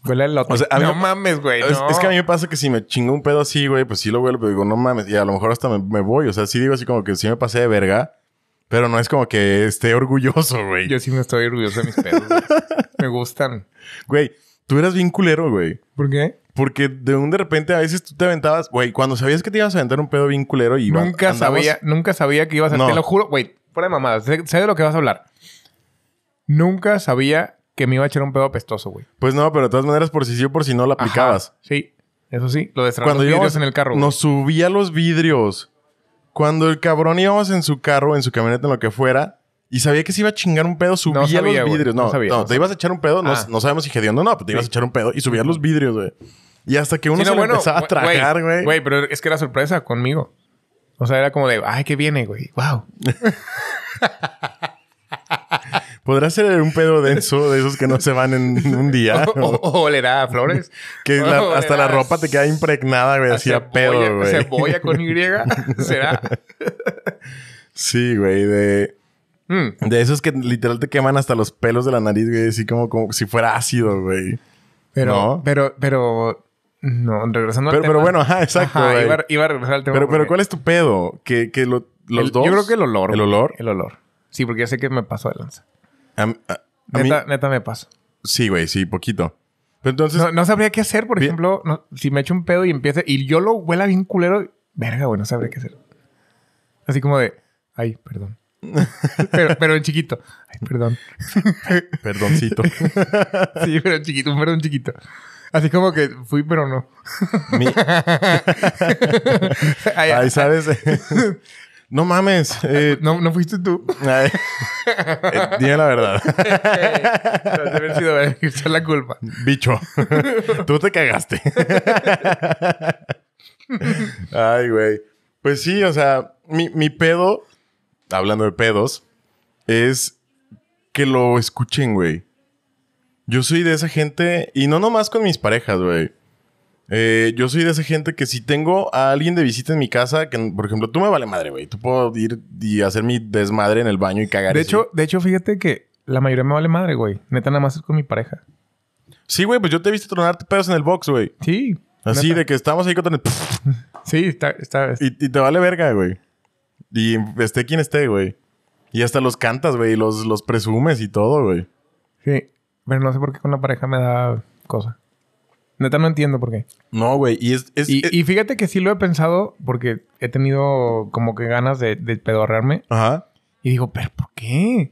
S2: huele el lote.
S1: O sea, a mí
S2: no
S1: me-
S2: mames, güey.
S1: Es,
S2: no.
S1: es que a mí me pasa que si me chingo un pedo así, güey, pues sí lo vuelvo, pero digo, no mames, y a lo mejor hasta me, me voy, o sea, sí digo así como que sí me pasé de verga, pero no es como que esté orgulloso, güey.
S2: Yo sí me estoy orgulloso de mis pedos.
S1: <laughs>
S2: güey. me gustan.
S1: Güey, tú eras bien culero, güey.
S2: ¿Por qué?
S1: Porque de un de repente a veces tú te aventabas, güey, cuando sabías que te ibas a aventar un pedo bien culero y iba-
S2: nunca
S1: andabas-
S2: sabía, nunca sabía que ibas a...
S1: No.
S2: Te lo juro, güey. Fuera de mamadas. Sé, sé de lo que vas a hablar. Nunca sabía que me iba a echar un pedo apestoso, güey.
S1: Pues no, pero de todas maneras, por si sí o por si no, la
S2: Ajá.
S1: aplicabas.
S2: Sí. Eso sí. Lo de
S1: Cuando
S2: los vidrios
S1: íbamos-
S2: en el carro. güey.
S1: Nos subía los vidrios. Cuando el cabrón íbamos en su carro, en su camioneta, en lo que fuera, y sabía que se iba a chingar un pedo, subía
S2: sabía,
S1: los
S2: güey.
S1: vidrios. No,
S2: No sabía,
S1: no,
S2: no
S1: te
S2: sabía.
S1: ibas a echar un pedo, no,
S2: Ah.
S1: no sabemos si hediondo o no, pero te ibas a echar un pedo y subías los vidrios, güey. Y hasta que uno
S2: Sí,
S1: se
S2: no,
S1: lo empezaba a
S2: güey,
S1: tragar, güey.
S2: Güey, pero es que era sorpresa conmigo. O sea, era como de, ay, ¿qué viene, güey? Wow.
S1: <laughs> ¿Podrá ser un pedo denso de esos que no se van en un
S2: <laughs>
S1: día?
S2: O, o- o olerá a <laughs> flores.
S1: que la-
S2: o
S1: hasta la
S2: olerá
S1: ropa te queda impregnada, güey,
S2: a
S1: así a
S2: cebolla-
S1: pedo, güey.
S2: Cebolla con Y. <laughs> ¿Será?
S1: <laughs> Sí, güey, de,
S2: Mm.
S1: de esos que literal te queman hasta los pelos de la nariz, güey, así como, como si fuera ácido, güey.
S2: Pero,
S1: No.
S2: pero, pero, no, regresando
S1: Pero,
S2: al tema.
S1: pero bueno, ajá, exacto,
S2: Ajá,
S1: güey.
S2: iba, a- iba a regresar al tema.
S1: Pero, pero
S2: porque
S1: ¿cuál es tu pedo? Que, que lo- los
S2: el-
S1: dos...
S2: Yo creo que el olor.
S1: ¿El
S2: güey.
S1: olor?
S2: El olor. Sí, porque ya sé que me pasó de lanza.
S1: A, mí- a- a mí...
S2: Neta, neta me pasó.
S1: Sí, güey, sí, poquito. Pero entonces...
S2: No, no sabría qué hacer, por
S1: Bien.
S2: ejemplo, no- si me echo un pedo y empieza y yo lo huela bien culero, verga, güey, no sabría qué hacer. Así como de, ay,
S1: <laughs>
S2: perdón. pero, pero en chiquito. Ay, perdón. <laughs>
S1: Perdoncito.
S2: Sí, pero en chiquito, un perdón chiquito. Así como que fui, pero no. <laughs>
S1: Mi-
S2: Ay,
S1: Ay,
S2: <laughs>
S1: ¿sabes? no mames. eh,
S2: no, no
S1: <laughs>
S2: fuiste tú. <laughs>
S1: ay. Eh, dime la verdad. <laughs>
S2: Tras haber sido echar la culpa.
S1: Bicho. <laughs> Tú te cagaste. <laughs> Ay, güey. Pues sí, o sea, mi, mi pedo, hablando de pedos, es que lo escuchen, güey. Yo soy de esa gente, y no nomás con mis parejas, güey. Eh, yo soy de esa gente que si tengo a alguien de visita en mi casa, que por ejemplo, tú me vale madre, güey. Tú puedo ir y hacer mi desmadre en el baño y cagar.
S2: De
S1: y sí.
S2: hecho, de hecho, fíjate que la mayoría me vale madre, güey. Neta, nada más es con mi pareja.
S1: sí, güey, pues yo te he visto tronarte pedos en el box, güey.
S2: Sí.
S1: Así
S2: neta.
S1: de que estamos ahí con el...
S2: Sí, está, está.
S1: Y, y te vale verga, güey. Y esté quien esté, güey. Y hasta los cantas, güey. Y los, los presumes y todo, güey.
S2: Sí. Pero no sé por qué con la pareja me da cosa. Neta, no entiendo por qué.
S1: No, güey. Y es... es-
S2: Y,
S1: es-
S2: y fíjate que sí lo he pensado porque he tenido como que ganas de, de pedorrearme.
S1: Ajá.
S2: Y digo, ¿pero por qué?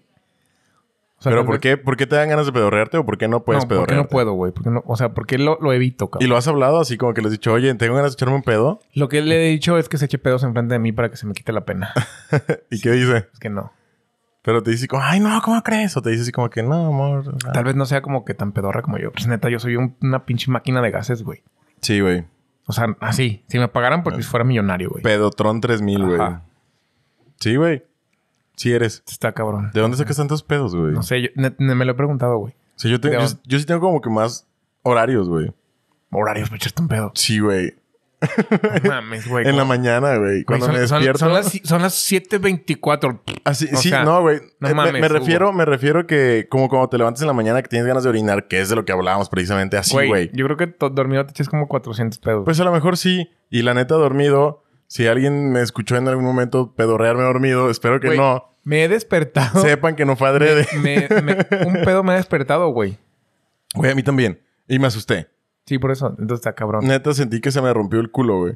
S2: O sea,
S1: Pero
S2: tal
S1: ¿por
S2: vez-
S1: qué, ¿por qué te dan ganas de pedorrearte o por qué no puedes
S2: no, ¿por qué
S1: pedorrearte?
S2: no puedo, güey? ¿Por qué no? O sea, ¿por qué lo, lo evito,
S1: ¿Y
S2: cabrón?
S1: lo has hablado así como que le has dicho, oye, tengo ganas de echarme un pedo?
S2: Lo
S1: <laughs>
S2: que le he dicho es que se eche pedos enfrente de mí para que se me quite la pena.
S1: ¿Y qué dice?
S2: es pues que no.
S1: Pero te dice como, ay, no, ¿cómo crees? O te dice así como que, no, amor. ah".
S2: Tal vez no sea como que tan pedorra como yo. Pues neta, yo soy un- una pinche máquina de gases, güey.
S1: Sí, güey.
S2: O sea, así. Si me pagaran,
S1: Ah.
S2: pues, fuera millonario, güey.
S1: Pedotron 3000, güey.
S2: Ajá.
S1: Sí, güey. Sí eres.
S2: Está cabrón.
S1: ¿De dónde sacas tantos pedos, güey?
S2: No sé, yo- ne- ne- me lo he preguntado, güey.
S1: O sea, yo, te-
S2: ¿De
S1: yo-
S2: dónde?
S1: yo sí tengo como que más horarios, güey.
S2: Horarios, me echaste
S1: <laughs>
S2: un pedo.
S1: Sí, güey.
S2: No Mames, güey.
S1: En la
S2: como-
S1: mañana, güey.
S2: güey,
S1: Cuando
S2: son-
S1: me
S2: son-
S1: despierto.
S2: Son, las, son las 7.24.
S1: Así,
S2: o
S1: sí,
S2: sea,
S1: no, güey.
S2: no
S1: Eh, me-
S2: mames,
S1: me, refiero, me refiero que como cuando te levantas en la mañana que tienes ganas de orinar, que es de lo que hablábamos precisamente así,
S2: Güey,
S1: güey.
S2: yo creo que to- dormido te echas como 400 pedos.
S1: Pues a lo mejor sí. Y la neta, dormido. Si alguien me escuchó en algún momento pedorrearme dormido, espero que
S2: Güey, <laughs>
S1: no.
S2: Me he despertado.
S1: Sepan que no fue adrede.
S2: Me- me- un pedo me ha despertado, güey.
S1: Güey, a mí también. Y me asusté.
S2: Sí, por eso. Entonces está cabrón.
S1: Neta, sentí que se me rompió el culo, güey.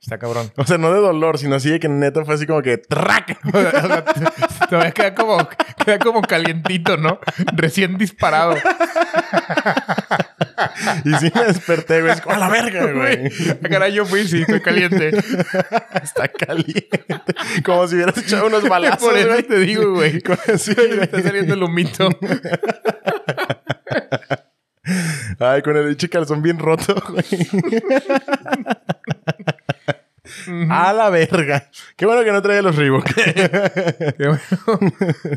S2: Está cabrón.
S1: O sea, no de dolor, sino así de que neta fue así como que ¡trac!
S2: <laughs> Todavía queda como, queda como calientito, ¿no? Recién
S1: <laughs>
S2: disparado.
S1: Y sí me desperté, güey. Es como a la
S2: <laughs>
S1: verga, güey.
S2: Ah, Caray, yo fui, sí,
S1: <laughs>
S2: estoy caliente.
S1: Está caliente. <laughs> Como si hubieras echado unos balazos.
S2: Por eso
S1: güey.
S2: te
S1: <laughs>
S2: digo, güey.
S1: Sí,
S2: Me
S1: güey.
S2: está saliendo el humito.
S1: Ay, con el pinche calzón bien roto, <laughs> güey. A la verga. Qué bueno que no traía los
S2: <laughs>
S1: Reebok. <laughs>
S2: Qué bueno.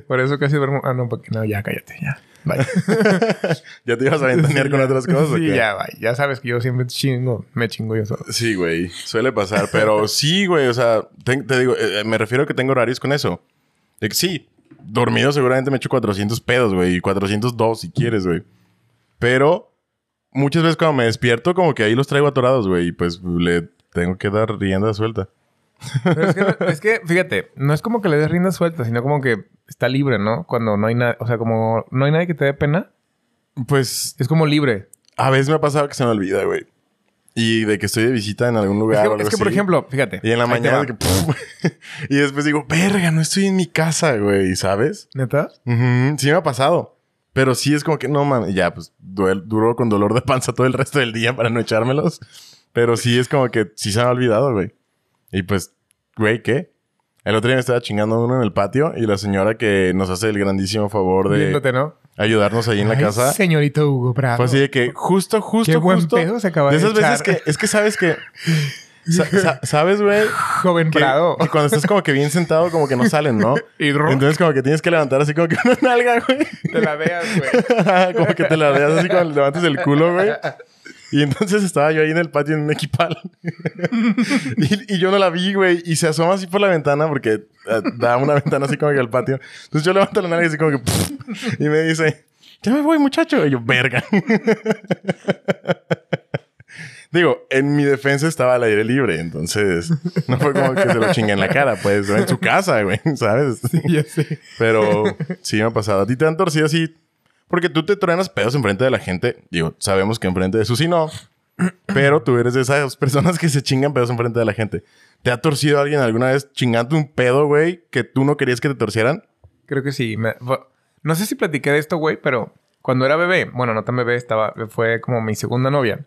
S2: Por eso casi duermo. Ah, no, porque no, ya cállate, ya.
S1: <laughs>
S2: Bye.
S1: ya te ibas a ventanear con otras cosas. ¿o
S2: Sí,
S1: qué?
S2: ya, bye. Ya sabes que yo siempre chingo, me chingo yo solo.
S1: Sí, güey. Suele pasar.
S2: <laughs>
S1: Pero sí, güey. O sea, te, te digo, eh, eh, me refiero a que tengo horarios con eso. De que sí, dormido seguramente me echo 400 pedos, güey. Y 402 si quieres, güey. Pero muchas veces cuando me despierto, como que ahí los traigo atorados, güey. Y pues le tengo que dar rienda suelta.
S2: Pero es, que, es que, fíjate, no es como que le des rienda suelta, sino como que está libre, ¿no? Cuando no hay nada, o sea, como no hay nadie que te dé pena,
S1: Pues
S2: es como libre.
S1: a veces me ha pasado que se me olvida, güey. Y de que estoy de visita en algún
S2: Es
S1: lugar. o
S2: que,
S1: algo
S2: es que, por
S1: así.
S2: ejemplo, fíjate.
S1: Y en la
S2: ahí te
S1: mañana.
S2: va.
S1: de que, <laughs> puf, y después digo, verga, no estoy en mi casa, güey. ¿Sabes?
S2: ¿Neta?
S1: Ujú, Sí me ha pasado. Pero sí es como que, no mames, ya, pues duel- duro con dolor de panza todo el resto del día para no echármelos. Pero sí es como que sí se me ha olvidado, güey. Y pues, güey, ¿qué? El otro día me estaba chingando uno en el patio y la señora que nos hace el grandísimo favor de
S2: Viéndote, ¿no?
S1: ayudarnos ahí en la
S2: Ay,
S1: casa
S2: Señorito Hugo Prado.
S1: fue así de que justo, justo,
S2: Qué buen
S1: justo.
S2: pedo se acaba
S1: de
S2: de
S1: esas
S2: echar. <laughs>
S1: veces que es que sabes que Sa- sa- ¿Sabes, güey?
S2: Joven
S1: Que, <laughs>
S2: Prado.
S1: que cuando estás como que bien sentado, como que no salen, ¿no?
S2: <laughs> Y
S1: <laughs>
S2: ru-
S1: Entonces, como que tienes que levantar así como que una nalga, güey.
S2: Te la veas,
S1: <laughs>
S2: güey.
S1: como que te la veas así cuando levantas el culo, güey. Y entonces estaba yo ahí en el patio en un equipal. <laughs> y, y yo no la vi, güey. Y se asoma así por la ventana porque eh, da una <laughs> ventana así como que al patio. Entonces yo levanto la nalga así como que... <laughs> pff, y me dice, ya me voy, muchacho. Y yo, verga. <laughs> Digo, en mi defensa estaba al aire libre. Entonces no fue como que se lo chingue en la cara, pues. o En su casa, güey. <laughs> ¿Sabes?
S2: Ya sé. <laughs>
S1: Pero sí me ha pasado. A ti te han torcido así. Porque tú te truenas pedos enfrente de la gente. Digo, sabemos que enfrente de eso sí no. Pero tú eres de esas personas que se chingan pedos enfrente de la gente. ¿Te ha torcido alguien alguna vez chingando un pedo, güey, que tú no querías que te torcieran?
S2: Creo que sí. me- fue- no sé si platiqué de esto, güey, pero cuando era bebé, bueno, no tan bebé, estaba, fue como mi segunda novia.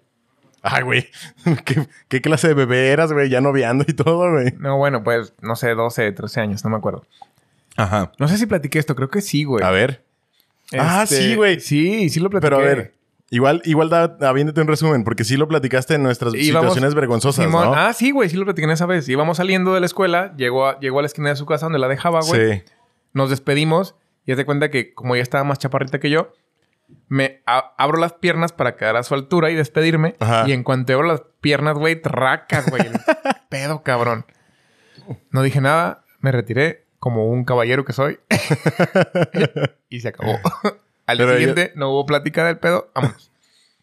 S1: Ay, güey. <laughs> ¿Qué, qué clase de bebé eras, güey? Ya noviando y todo, güey.
S2: No, bueno, pues, no sé, 12, 13 años, no me acuerdo.
S1: Ajá.
S2: No sé si platiqué esto, creo que sí, güey. Este,
S1: A ver. Ah, sí, güey.
S2: Sí, sí lo platiqué.
S1: Pero a ver. Igual, igual da, aviéndate un resumen, porque sí lo platicaste en nuestras
S2: Íbamos-
S1: situaciones vergonzosas,
S2: Simón-
S1: ¿no?
S2: Ah, sí, güey, sí lo platiqué en esa vez. Íbamos saliendo de la escuela, llegó a, llegó a la esquina de su casa donde la dejaba, güey.
S1: sí.
S2: Nos despedimos y haz de cuenta que como ella estaba más chaparrita que yo, me a- abro las piernas para quedar a su altura y despedirme.
S1: Ajá.
S2: Y en cuanto abro las piernas, güey, tracas,
S1: <laughs>
S2: güey. el pedo, cabrón. No dije nada, me retiré como un caballero
S1: <laughs>
S2: que soy. y se acabó. Al día
S1: Pero
S2: siguiente no hubo plática del pedo, vámonos.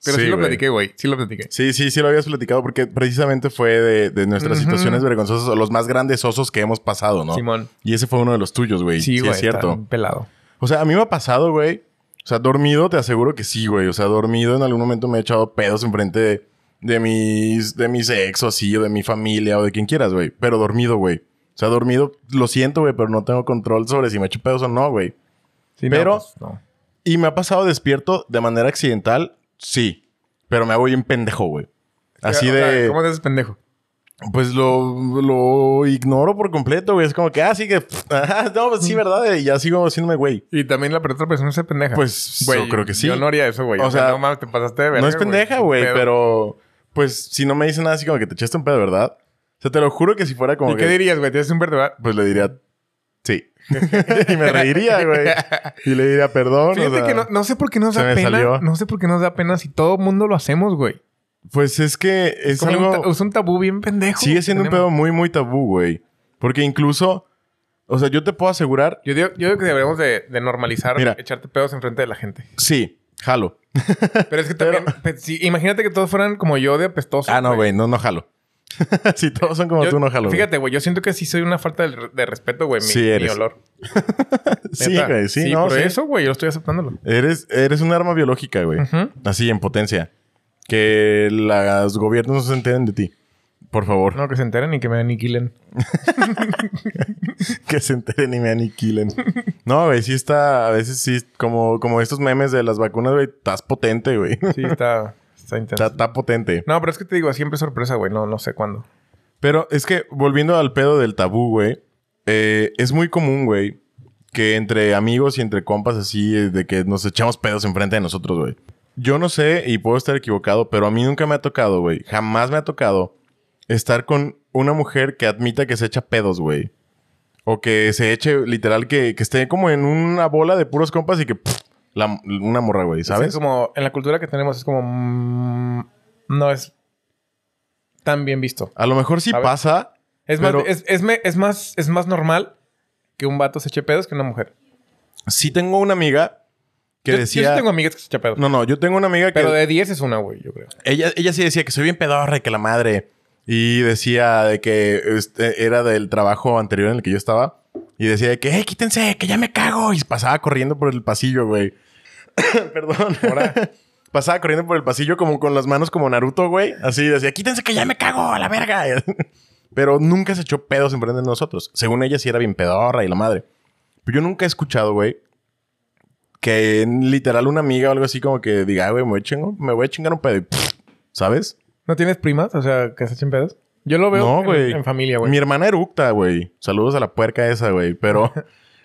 S2: Pero sí,
S1: Sí,
S2: lo
S1: güey.
S2: platiqué, güey. Sí lo platiqué.
S1: Sí, sí, sí lo habías platicado porque precisamente fue de, de nuestras
S2: Ujú.
S1: situaciones vergonzosas o los más grandes osos que hemos pasado, ¿no?
S2: Simón.
S1: Y ese fue uno de los tuyos, güey. Sí,
S2: Sí, güey.
S1: es cierto.
S2: está Pelado.
S1: O sea, a mí me ha pasado, güey. O sea, dormido, te aseguro que sí, güey. O sea, dormido en algún momento me he echado pedos enfrente de, de mis, de mis ex o así, o de mi familia o de quien quieras, güey. Pero dormido, güey. O sea, dormido, lo siento, güey, pero no tengo control sobre si me echo pedos o no, güey.
S2: Sí,
S1: Pero-
S2: No, pues, no.
S1: Y me ha pasado despierto de manera accidental, sí. Pero me hago bien pendejo, güey. Así
S2: O sea,
S1: de...
S2: ¿Cómo te haces pendejo?
S1: Pues lo, lo ignoro por completo, güey. Es como que, ah, sí que. <laughs> pff, ah, no, pues sí, ¿verdad? Y ya sigo haciéndome, güey.
S2: Y también la otra persona se pendeja.
S1: Pues, yo creo que sí.
S2: Yo no haría eso, güey.
S1: O
S2: O, sea,
S1: sea,
S2: no mames, te pasaste de verga.
S1: no es pendeja, güey,
S2: Pedo.
S1: pero. Pues si no me dice nada así como que te echaste un pedo, ¿verdad? O sea, te lo juro que si fuera como
S2: ¿Y
S1: que.
S2: qué dirías, güey? ¿Tienes
S1: <laughs>
S2: un verde?
S1: pues le diría. Sí.
S2: <laughs>
S1: <laughs> y me reiría, güey. Y le diría perdón.
S2: Fíjate
S1: o sea,
S2: que no, no sé por qué nos
S1: se
S2: da
S1: me
S2: pena.
S1: salió.
S2: No sé por qué nos da pena si todo mundo lo hacemos, güey.
S1: Pues es que es
S2: Como un
S1: algo.
S2: ta- es un tabú bien pendejo.
S1: Sigue siendo un
S2: Tenemos-
S1: pedo muy, muy tabú, güey. Porque incluso. O sea, yo te puedo asegurar
S2: Yo digo, yo digo que deberíamos de, de normalizar
S1: Mira.
S2: echarte pedos enfrente de
S1: <laughs>
S2: la gente.
S1: Sí, jalo.
S2: Pero es que también... pe- si- imagínate que todos fueran como yo de apestoso.
S1: Ah, no, güey, no, no jalo. <laughs> si todos son como
S2: Yo-
S1: tú, no jalo. güey.
S2: Fíjate, güey. Yo siento que sí soy una falta de, de respeto, güey. Mi,
S1: Sí eres.
S2: mi olor.
S1: Sí,
S2: Neta.
S1: güey, sí, no,
S2: por
S1: sí.
S2: eso, güey. Yo estoy aceptándolo.
S1: Eres, eres un arma biológica, güey.
S2: Ujú.
S1: Así, en potencia. Que las gobiernos no se enteren de ti. Por favor,
S2: No, que se enteren y que me aniquilen.
S1: <laughs> que se enteren y me aniquilen. no, güey, sí está, a veces sí, como, como estos memes de las vacunas, güey, estás potente, güey.
S2: Sí, está, está intenso.
S1: Está, está potente.
S2: No, pero es que te digo, siempre es sorpresa, güey. No, no sé cuándo.
S1: Pero es que, volviendo al pedo del tabú, güey, eh, es muy común, güey, que entre amigos y entre compas así, eh, de que nos echamos pedos enfrente de nosotros, güey. Yo no sé, y puedo estar equivocado, pero a mí nunca me ha tocado, güey. Jamás me ha tocado estar con una mujer que admita que se echa pedos, güey. O que se eche, literal, que, que esté como en una bola de puros compas y que... pff, la- una morra, güey, ¿sabes?
S2: Es como en la cultura que tenemos es como mm, no es tan bien visto.
S1: A lo mejor sí
S2: ¿Sabes?
S1: pasa.
S2: Es más,
S1: Pero-
S2: es, es me- es más, es más normal que un vato se eche pedos que una mujer.
S1: Sí tengo una amiga que
S2: yo, yo
S1: decía...
S2: sí tengo amigas que se echan pedos.
S1: No, no, yo tengo una amiga que...
S2: pero de 10 es una, güey, yo creo.
S1: Ella, ella sí decía que soy bien pedorra y que la madre. Y decía de que este, era del trabajo anterior en el que yo estaba. Y decía de que, hey, quítense, que ya me cago. Y pasaba corriendo por el pasillo, güey. Perdón. pasaba corriendo por el pasillo como con las manos como Naruto, güey. Así decía, quítense, que ya me cago, a la verga. <laughs> Pero nunca se echó pedos enfrente de nosotros. Según ella sí era bien pedorra y la madre. Pero yo nunca he escuchado, güey, que en literal una amiga o algo así como que diga, "Ay, güey, me voy a chingar, me voy a chingar un pedo. y ¿Sabes?
S2: ¿No tienes primas? O sea, que se echen pedos. Yo lo veo
S1: No,
S2: en-
S1: güey.
S2: en, familia, güey.
S1: Mi hermana eructa, güey. Saludos a la puerca esa, güey.
S2: <laughs>
S1: Pero,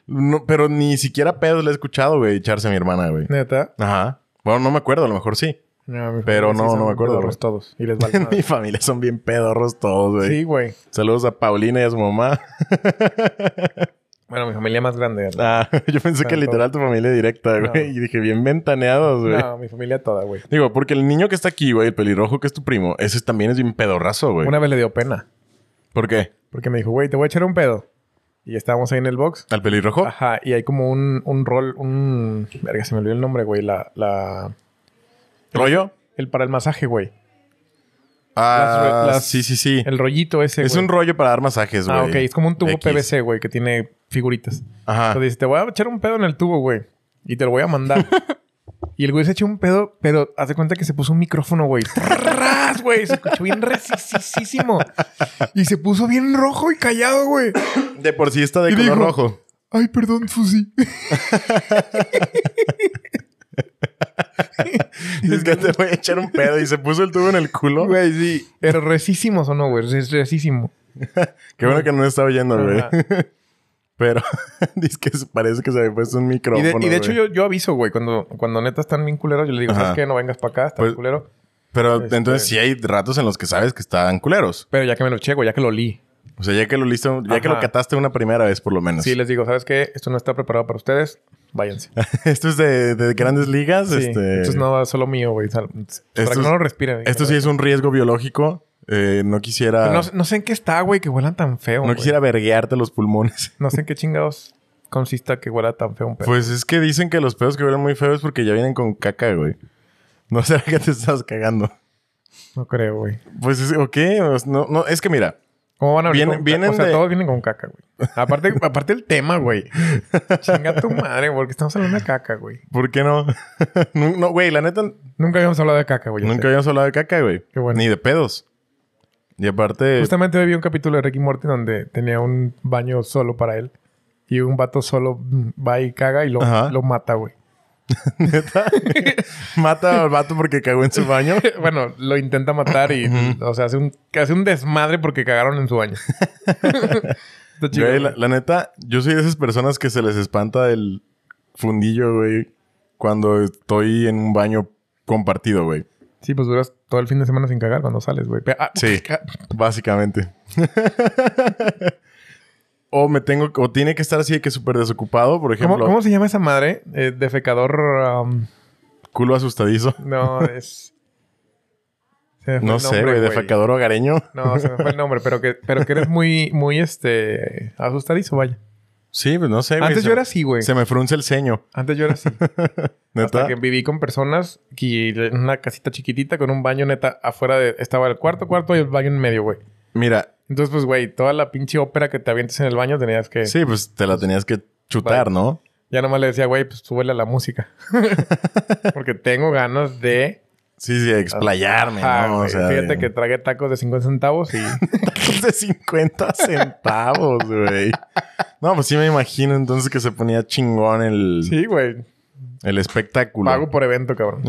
S1: no, pero ni siquiera pedos le he escuchado, güey, echarse a mi hermana, güey.
S2: Neta.
S1: Ajá. Bueno, no me acuerdo, a lo mejor sí.
S2: No, mi
S1: Pero
S2: familia sí
S1: no,
S2: son
S1: no me acuerdo,
S2: pedorros
S1: güey.
S2: todos.
S1: <laughs>
S2: Y les vale
S1: Mi
S2: madre.
S1: familia son bien pedorros todos, güey.
S2: Sí, güey.
S1: Saludos a Paulina y a su mamá. <laughs>
S2: Bueno, mi familia más grande. ¿no?
S1: Ah, yo pensé que
S2: Tanto.
S1: literal tu familia directa,
S2: No.
S1: güey. Y dije, bien ventaneados, güey.
S2: No, mi familia toda, güey.
S1: Digo, porque el niño que está aquí, güey, el pelirrojo que es tu primo, ese también es bien pedorrazo, güey.
S2: Una vez le dio pena.
S1: ¿Por qué?
S2: Porque me dijo, güey, te voy a echar un pedo. Y estábamos ahí en el box.
S1: ¿Al pelirrojo?
S2: Ajá, y hay como un, un rol, un... Verga, se me olvidó el nombre, güey. La, la...
S1: ¿Rollo?
S2: El para el masaje, güey.
S1: Ah,
S2: las-
S1: sí, sí, sí.
S2: El rollito ese,
S1: Es
S2: güey.
S1: un rollo para dar masajes, güey.
S2: Ah, ok. Es como un tubo
S1: X. Ah.
S2: PVC, güey, que tiene figuritas.
S1: Ajá.
S2: Entonces dice, te voy a echar un pedo en el tubo, güey. Y te lo voy a mandar.
S1: <laughs>
S2: y el güey se echó un pedo, pero haz de cuenta que se puso un
S1: <laughs>
S2: micrófono, güey. ¡Tras, güey! Se escuchó bien resisísimo. Y se puso bien rojo y callado, güey.
S1: De por sí está de
S2: Y
S1: color
S2: dijo- <laughs>
S1: rojo.
S2: Ay, perdón, Susi.
S1: Es que te voy a echar un pedo y se puso el tubo en el culo.
S2: Güey, sí. Pero resísimo sonó, güey. res- Resísimo.
S1: Qué bueno que no está oyendo, güey.
S2: Ajá.
S1: Pero <laughs> dice que se- parece que se había puesto un
S2: Y de,
S1: micrófono.
S2: y de hecho
S1: güey.
S2: yo, yo aviso, güey. Cuando, cuando neta están bien culeros, yo le digo,
S1: Ajá.
S2: ¿sabes qué? No vengas para acá, está
S1: Pues-
S2: culero.
S1: Pero
S2: Este-
S1: entonces sí hay ratos en los que sabes que están culeros.
S2: Pero ya que me lo eché, güey, ya que lo li.
S1: O sea, ya que lo listo, ya que
S2: Ajá.
S1: lo cataste una primera vez por lo menos.
S2: Sí, les digo, ¿sabes qué? Esto no está preparado para ustedes. Váyanse.
S1: <laughs> Esto es de, de grandes ligas.
S2: Sí,
S1: este,
S2: Esto es no solo mío, güey. sal- Para que
S1: es-
S2: no lo respiren.
S1: esto sí es un riesgo biológico. Eh, no quisiera.
S2: Pero
S1: No,
S2: No, no sé en qué está, güey, que huelan tan feo. güey.
S1: quisiera verguearte los pulmones.
S2: No sé en qué chingados consista que huela tan feo un perro.
S1: Pues es que dicen que los pedos que huelen muy feos es porque ya vienen con caca, güey. No <laughs> será que te estás cagando.
S2: No creo, güey.
S1: Pues es, ¿o qué? O sea, No, no, es que mira,
S2: ¿Cómo van a venir
S1: Vienen-
S2: con
S1: vienen
S2: caca? O sea,
S1: de-
S2: todos vienen con caca, güey. Aparte, <laughs> aparte el
S1: <laughs>
S2: tema, güey. Chinga tu madre, porque estamos hablando de caca, güey.
S1: ¿por qué no? <laughs> no, no, güey, la neta,
S2: Nunca habíamos hablado de caca, güey. yo
S1: nunca
S2: sé.
S1: habíamos hablado de caca, güey.
S2: Qué bueno.
S1: Ni de pedos. Y aparte, <laughs>
S2: Justamente hoy vi un capítulo de Ricky Morty donde tenía un baño solo para él. Y un vato solo mm, va y caga y lo,
S1: Ajá.
S2: lo
S1: <laughs>
S2: mata, güey. <laughs>
S1: mata al vato porque cagó en su baño.
S2: bueno, lo intenta matar y, o sea, hace un, hace un desmadre porque cagaron en
S1: <laughs>
S2: su baño. Está chido,
S1: Güey, la,
S2: güey.
S1: la neta, yo soy de esas personas que se les espanta el fundillo, güey, cuando estoy en un baño compartido, güey.
S2: Sí, pues duras todo el fin de semana sin cagar cuando sales, güey. Pe- ah,
S1: Sí.
S2: <laughs> ca-
S1: Básicamente. <laughs> o me tengo, o tiene que estar así de que súper desocupado, por
S2: ¿Cómo,
S1: ejemplo,
S2: cómo se llama esa madre? Eh, defecador. um,
S1: culo asustadizo. <laughs>
S2: no, es. se me fue
S1: No
S2: el
S1: sé,
S2: nombre,
S1: güey, defecador hogareño.
S2: No, se me fue el nombre, pero que, pero que eres muy, muy este. asustadizo, vaya.
S1: Sí, pues no sé, güey.
S2: Antes
S1: se-
S2: yo era así, güey.
S1: Se me frunce el ceño.
S2: Antes yo
S1: <laughs>
S2: era así.
S1: Neta.
S2: Hasta que viví con personas que en una casita chiquitita con un baño neta afuera de... Estaba el cuarto cuarto y el baño en medio, güey.
S1: Mira,
S2: Entonces, pues, güey, toda la pinche ópera que te avientes en el baño tenías que...
S1: sí, pues te la tenías que chutar, ¿no?
S2: Ya nomás le decía, güey, pues súbele a
S1: <laughs>
S2: la música. Porque tengo ganas de...
S1: Sí, sí, explayarme,
S2: Ah,
S1: ¿no? O
S2: güey,
S1: sea,
S2: Fíjate
S1: de- <laughs>
S2: que tragué tacos de 50 centavos y...
S1: Tacos de 50 centavos, güey. No, pues sí me imagino entonces que se ponía chingón el,
S2: sí, güey.
S1: el espectáculo.
S2: Pago por evento,
S1: <laughs>
S2: cabrón.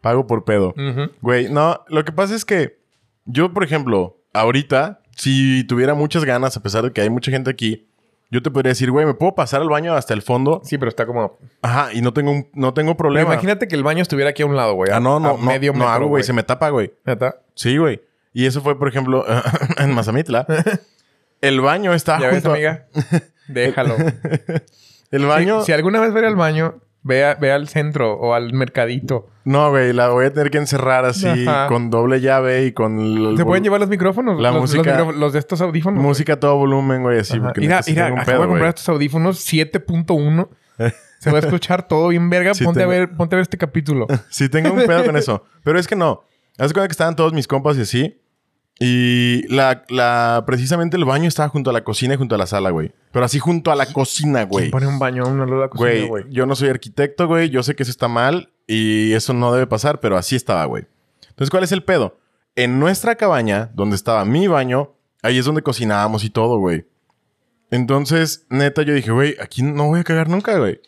S1: Pago por pedo.
S2: Ujú.
S1: Güey, no, lo que pasa es que yo, por ejemplo, ahorita, si tuviera muchas ganas, a pesar de que hay mucha gente aquí, yo te podría decir, güey, me puedo pasar al baño hasta el fondo.
S2: Sí, pero está como...
S1: Ajá, y no tengo, un- no tengo
S2: Pero
S1: problema.
S2: imagínate que el baño estuviera aquí a un lado, güey. a-
S1: Ah, no, no,
S2: a
S1: no, no hago, güey, se me tapa, güey.
S2: Neta.
S1: Sí, güey. Y eso fue, por ejemplo, <laughs> en
S2: <laughs>
S1: Mazamitla. El baño está
S2: Ya ves,
S1: junto a- <laughs>
S2: amiga. Déjalo.
S1: El baño...
S2: Si, si alguna vez fuera al baño, vea, vea al centro o al mercadito.
S1: No, güey, la voy a tener que encerrar así
S2: Ajá.
S1: con doble llave y con el
S2: ¿Se
S1: vol-
S2: pueden llevar los micrófonos?
S1: La
S2: los,
S1: música-
S2: Los, micróf- los de estos audífonos.
S1: música a todo volumen, güey, así
S2: Ajá.
S1: porque
S2: Mira,
S1: neta sí
S2: mira,
S1: tengo un
S2: acabo de
S1: pedo,
S2: comprar
S1: güey.
S2: estos audífonos 7.1.
S1: <laughs>
S2: Se va a escuchar todo bien verga.
S1: Sí,
S2: ponte,
S1: tengo-
S2: a ver, ponte a ver este capítulo.
S1: Sí tengo un pedo con eso, pero es que no. Haz de cuenta que estaban todos mis compas y así y la, la precisamente el baño estaba junto a la cocina y junto a la sala, güey. Pero así junto a la cocina, <laughs>
S2: ¿Quién
S1: güey.
S2: pone un baño a una luz de la cocina,
S1: Güey,
S2: güey?
S1: yo no soy arquitecto, güey. Yo sé que eso está mal y eso no debe pasar, pero así estaba, güey. Entonces, ¿cuál es el pedo? En nuestra cabaña, donde estaba mi baño, ahí es donde cocinábamos y todo, güey. Entonces, neta, yo dije, güey, aquí no voy a cagar nunca,
S2: <laughs>
S1: güey.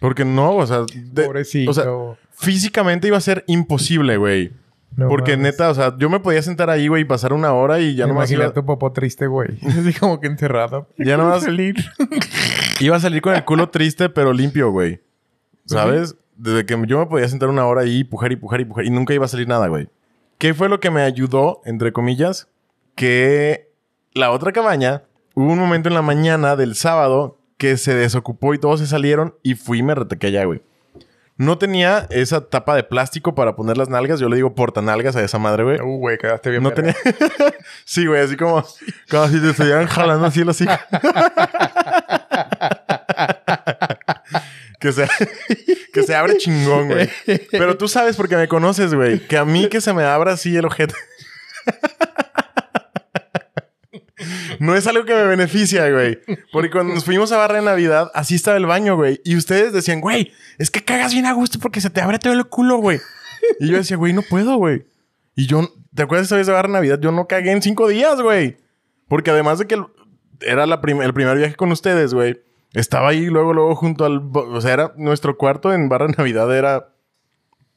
S1: Porque no, o sea, de-
S2: Pobrecito.
S1: o sea, físicamente iba a ser imposible, güey.
S2: No
S1: Porque
S2: mames.
S1: neta, o sea, yo me podía sentar ahí, güey, y pasar una hora y ya
S2: Me
S1: no más
S2: imaginé
S1: iba,
S2: a tu popó triste, güey. <laughs> Así como que encerrado.
S1: Ya <laughs> nomás-
S2: salir.
S1: iba a salir con el culo triste, pero limpio, güey. ¿Sabes? desde que yo me podía sentar una hora ahí y pujar y pujar y pujar y nunca iba a salir nada, güey. ¿Qué fue lo que me ayudó, entre comillas? Que la otra cabaña, hubo un momento en la mañana del sábado que se desocupó y todos se salieron y fui y me retaqué allá, güey. No tenía esa tapa de plástico para poner las nalgas. Yo le digo portanalgas a esa madre, güey.
S2: Uh, güey, quedaste bien.
S1: No
S2: verga.
S1: tenía. <laughs> sí, güey, así como, como si te estuvieran jalando así el hocico. <laughs> que, se, <laughs> que se abre chingón, güey. Pero tú sabes porque me conoces, güey, que a mí que se me abra así el ojete. <laughs> No es algo que me beneficia, güey. Porque cuando nos fuimos a barra de Navidad, así estaba el baño, güey. Y ustedes decían, güey, es que cagas bien a gusto porque se te abre todo el culo, güey. Y yo decía, güey, no puedo, güey. Y yo, ¿te acuerdas esa vez de Barra Navidad? Yo no cagué en cinco días, güey. Porque además de que el- era la prim- el primer viaje con ustedes, güey. Estaba ahí luego, luego junto al... bo- O sea, era nuestro cuarto en Barra Navidad era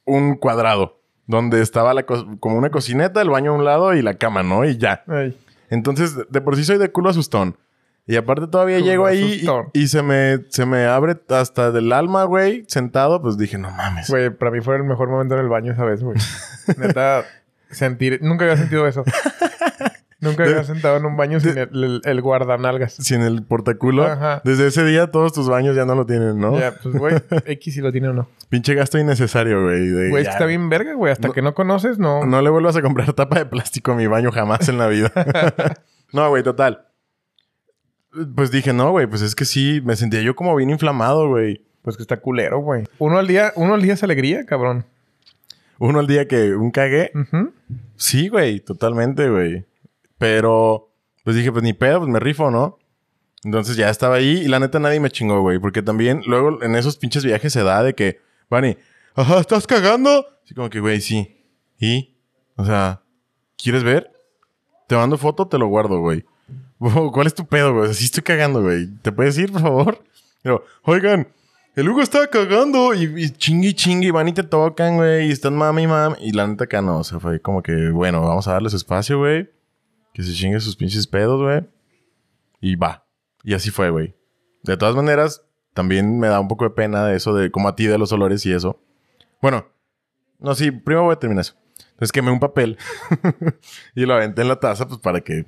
S1: un cuadrado. Donde estaba la co- como una cocineta, el baño a un lado y la cama, ¿no? Y ya.
S2: Ay.
S1: Entonces, de- de por sí soy de culo asustón. Y aparte todavía
S2: Culo
S1: llego ahí
S2: asustón.
S1: y, y se, me, se me abre hasta del alma, güey. Sentado, pues dije, no mames.
S2: Güey, para mí fue el mejor momento en el baño
S1: <laughs>
S2: esa vez, güey. Neta, sentir... Nunca había sentido eso. Nunca había sentado en un baño sin el, el- el guardanalgas.
S1: Sin el portaculo.
S2: Ajá.
S1: Desde ese día todos tus baños ya no lo tienen, ¿no?
S2: Ya, pues, güey, X si lo tiene
S1: <laughs>
S2: o no.
S1: Pinche gasto innecesario, güey. de
S2: Güey, es
S1: ya.
S2: que está bien verga, güey. Hasta
S1: No-
S2: que no conoces, no.
S1: No le vuelvas a comprar tapa de plástico a mi baño jamás en la
S2: <laughs>
S1: vida. no, güey, total. Pues dije, no, güey, pues es que sí, me sentía yo como bien inflamado, güey.
S2: Pues que está culero, güey. Uno al día, uno al día es alegría, cabrón.
S1: Uno al día que un cagué.
S2: Ujú.
S1: Sí, güey, totalmente, güey. Pero, pues dije, pues ni pedo, pues me rifo, ¿no? Entonces ya estaba ahí y la neta nadie me chingó, güey. Porque también luego en esos pinches viajes se da de que, Vani, ajá, ¿estás cagando? Así como que, güey, sí. ¿Y? O sea, ¿quieres ver? Te mando foto, te lo guardo, güey. <laughs> Wow, ¿Cuál es tu pedo, güey? O sea, sí estoy cagando, güey. ¿Te puedes ir, por favor? Pero, oigan, el Hugo está cagando y, y chingui, chingui, van y te tocan, güey. Y están mami, mami. Y la neta acá no, o sea, fue como que, bueno, vamos a darle su espacio, güey. Que se chingue sus pinches pedos, güey. Y va. Y así fue, güey. De todas maneras, también me da un poco de pena de eso, de como a ti, de los olores y eso. Bueno, no, sí, primero voy a terminar eso. Entonces quemé un papel <laughs> y lo aventé en la taza, pues para que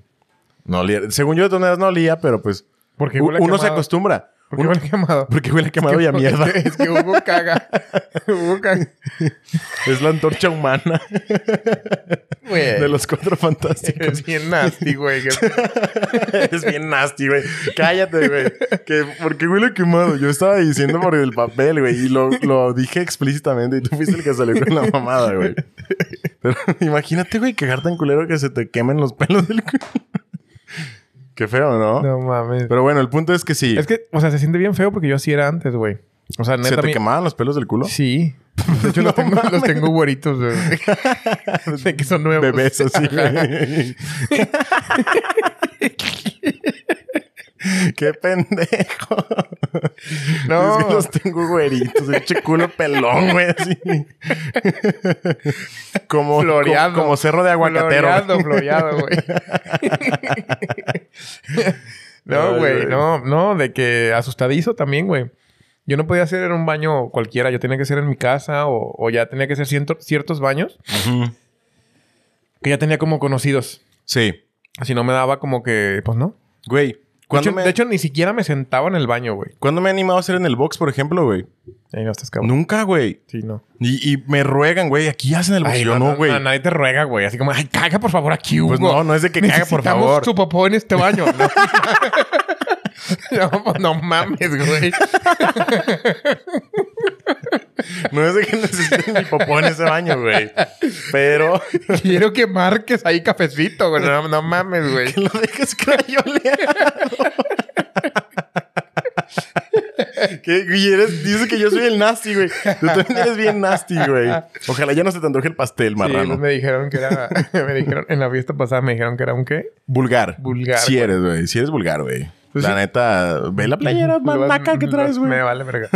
S1: no oliera. Según yo, de todas maneras no olía, pero pues
S2: Porque
S1: u-
S2: huele a
S1: uno se
S2: quemado.
S1: acostumbra.
S2: Porque
S1: Uno-
S2: huele a quemado.
S1: porque <laughs> huele a quemado y a mierda. <laughs>
S2: Es <laughs> que Hugo caga. Hugo caga.
S1: Es la antorcha humana
S2: Güey.
S1: de los cuatro fantásticos.
S2: Es bien nasty,
S1: <laughs>
S2: güey. que-
S1: es bien nasty, güey. Cállate, güey. Que, ¿Por qué huele quemado? Yo estaba diciendo por el papel, güey. Y lo, lo dije explícitamente. Y tú fuiste el que salió con la mamada, güey. Pero <laughs> imagínate, güey, cagar tan culero que se te quemen los pelos del culo. Qué feo, ¿no?
S2: No mames.
S1: Pero bueno, el punto es que sí.
S2: Es que, o sea, se siente bien feo porque yo así era antes, güey. O sea, neta.
S1: ¿Se te
S2: mi-
S1: quemaban los pelos del culo?
S2: Sí.
S1: <laughs>
S2: De hecho,
S1: No
S2: los, tengo,
S1: mames.
S2: los tengo güeritos, güey.
S1: <laughs>
S2: De que son nuevos.
S1: Bebés
S2: <laughs>
S1: así, güey. <laughs> Qué pendejo. <laughs>
S2: No.
S1: Es que los tengo güeritos. Eche culo pelón, güey. así. Como,
S2: Floreado.
S1: como, como cerro de aguacatero.
S2: Floreado, floreado,
S1: <laughs>
S2: güey.
S1: Ay,
S2: no,
S1: güey.
S2: güey. No, no. De que asustadizo también, güey. Yo no podía hacer en un baño cualquiera. Yo tenía que ser en mi casa o, o ya tenía que ser ciento- ciertos baños
S1: Ujú.
S2: que ya tenía como conocidos.
S1: Sí.
S2: Así no me daba como que, pues no.
S1: Güey.
S2: De
S1: ¿Cuándo,
S2: hecho,
S1: me,
S2: de hecho, ni siquiera me sentaba en el baño, güey.
S1: ¿cuándo me he animado a hacer en el box, por ejemplo, güey?
S2: Ahí no estás cabrón.
S1: Nunca, güey.
S2: Sí, no.
S1: Y, y me ruegan, güey. Aquí hacen el box.
S2: Ay,
S1: Yo no, güey.
S2: na- nadie te ruega, güey. Así como, ay, caga por favor aquí, Hugo.
S1: Pues no, no es de que caga, por
S2: Necesitamos
S1: favor.
S2: tu popó en este baño. No, <laughs> no, pues, no mames, güey.
S1: No es de que necesiten mi popó en ese baño,
S2: <laughs>
S1: güey. Pero...
S2: <laughs> Quiero que marques ahí cafecito, güey. No, no mames, <laughs> güey.
S1: lo dejes crayoleado. que güey, eres, dice que yo soy el nasty, güey. Tú también eres bien nasty, güey. Ojalá ya no se te antoje el pastel,
S2: Sí,
S1: marrano.
S2: pues me dijeron que era... <laughs> Me dijeron... En la fiesta pasada me dijeron que era un qué.
S1: Vulgar.
S2: Vulgar,
S1: Si eres, güey. Si eres vulgar, güey.
S2: Pues
S1: la
S2: sí.
S1: neta, ve la playera más
S2: Lo-
S1: naca que
S2: lo-
S1: traes, güey.
S2: Me vale verga.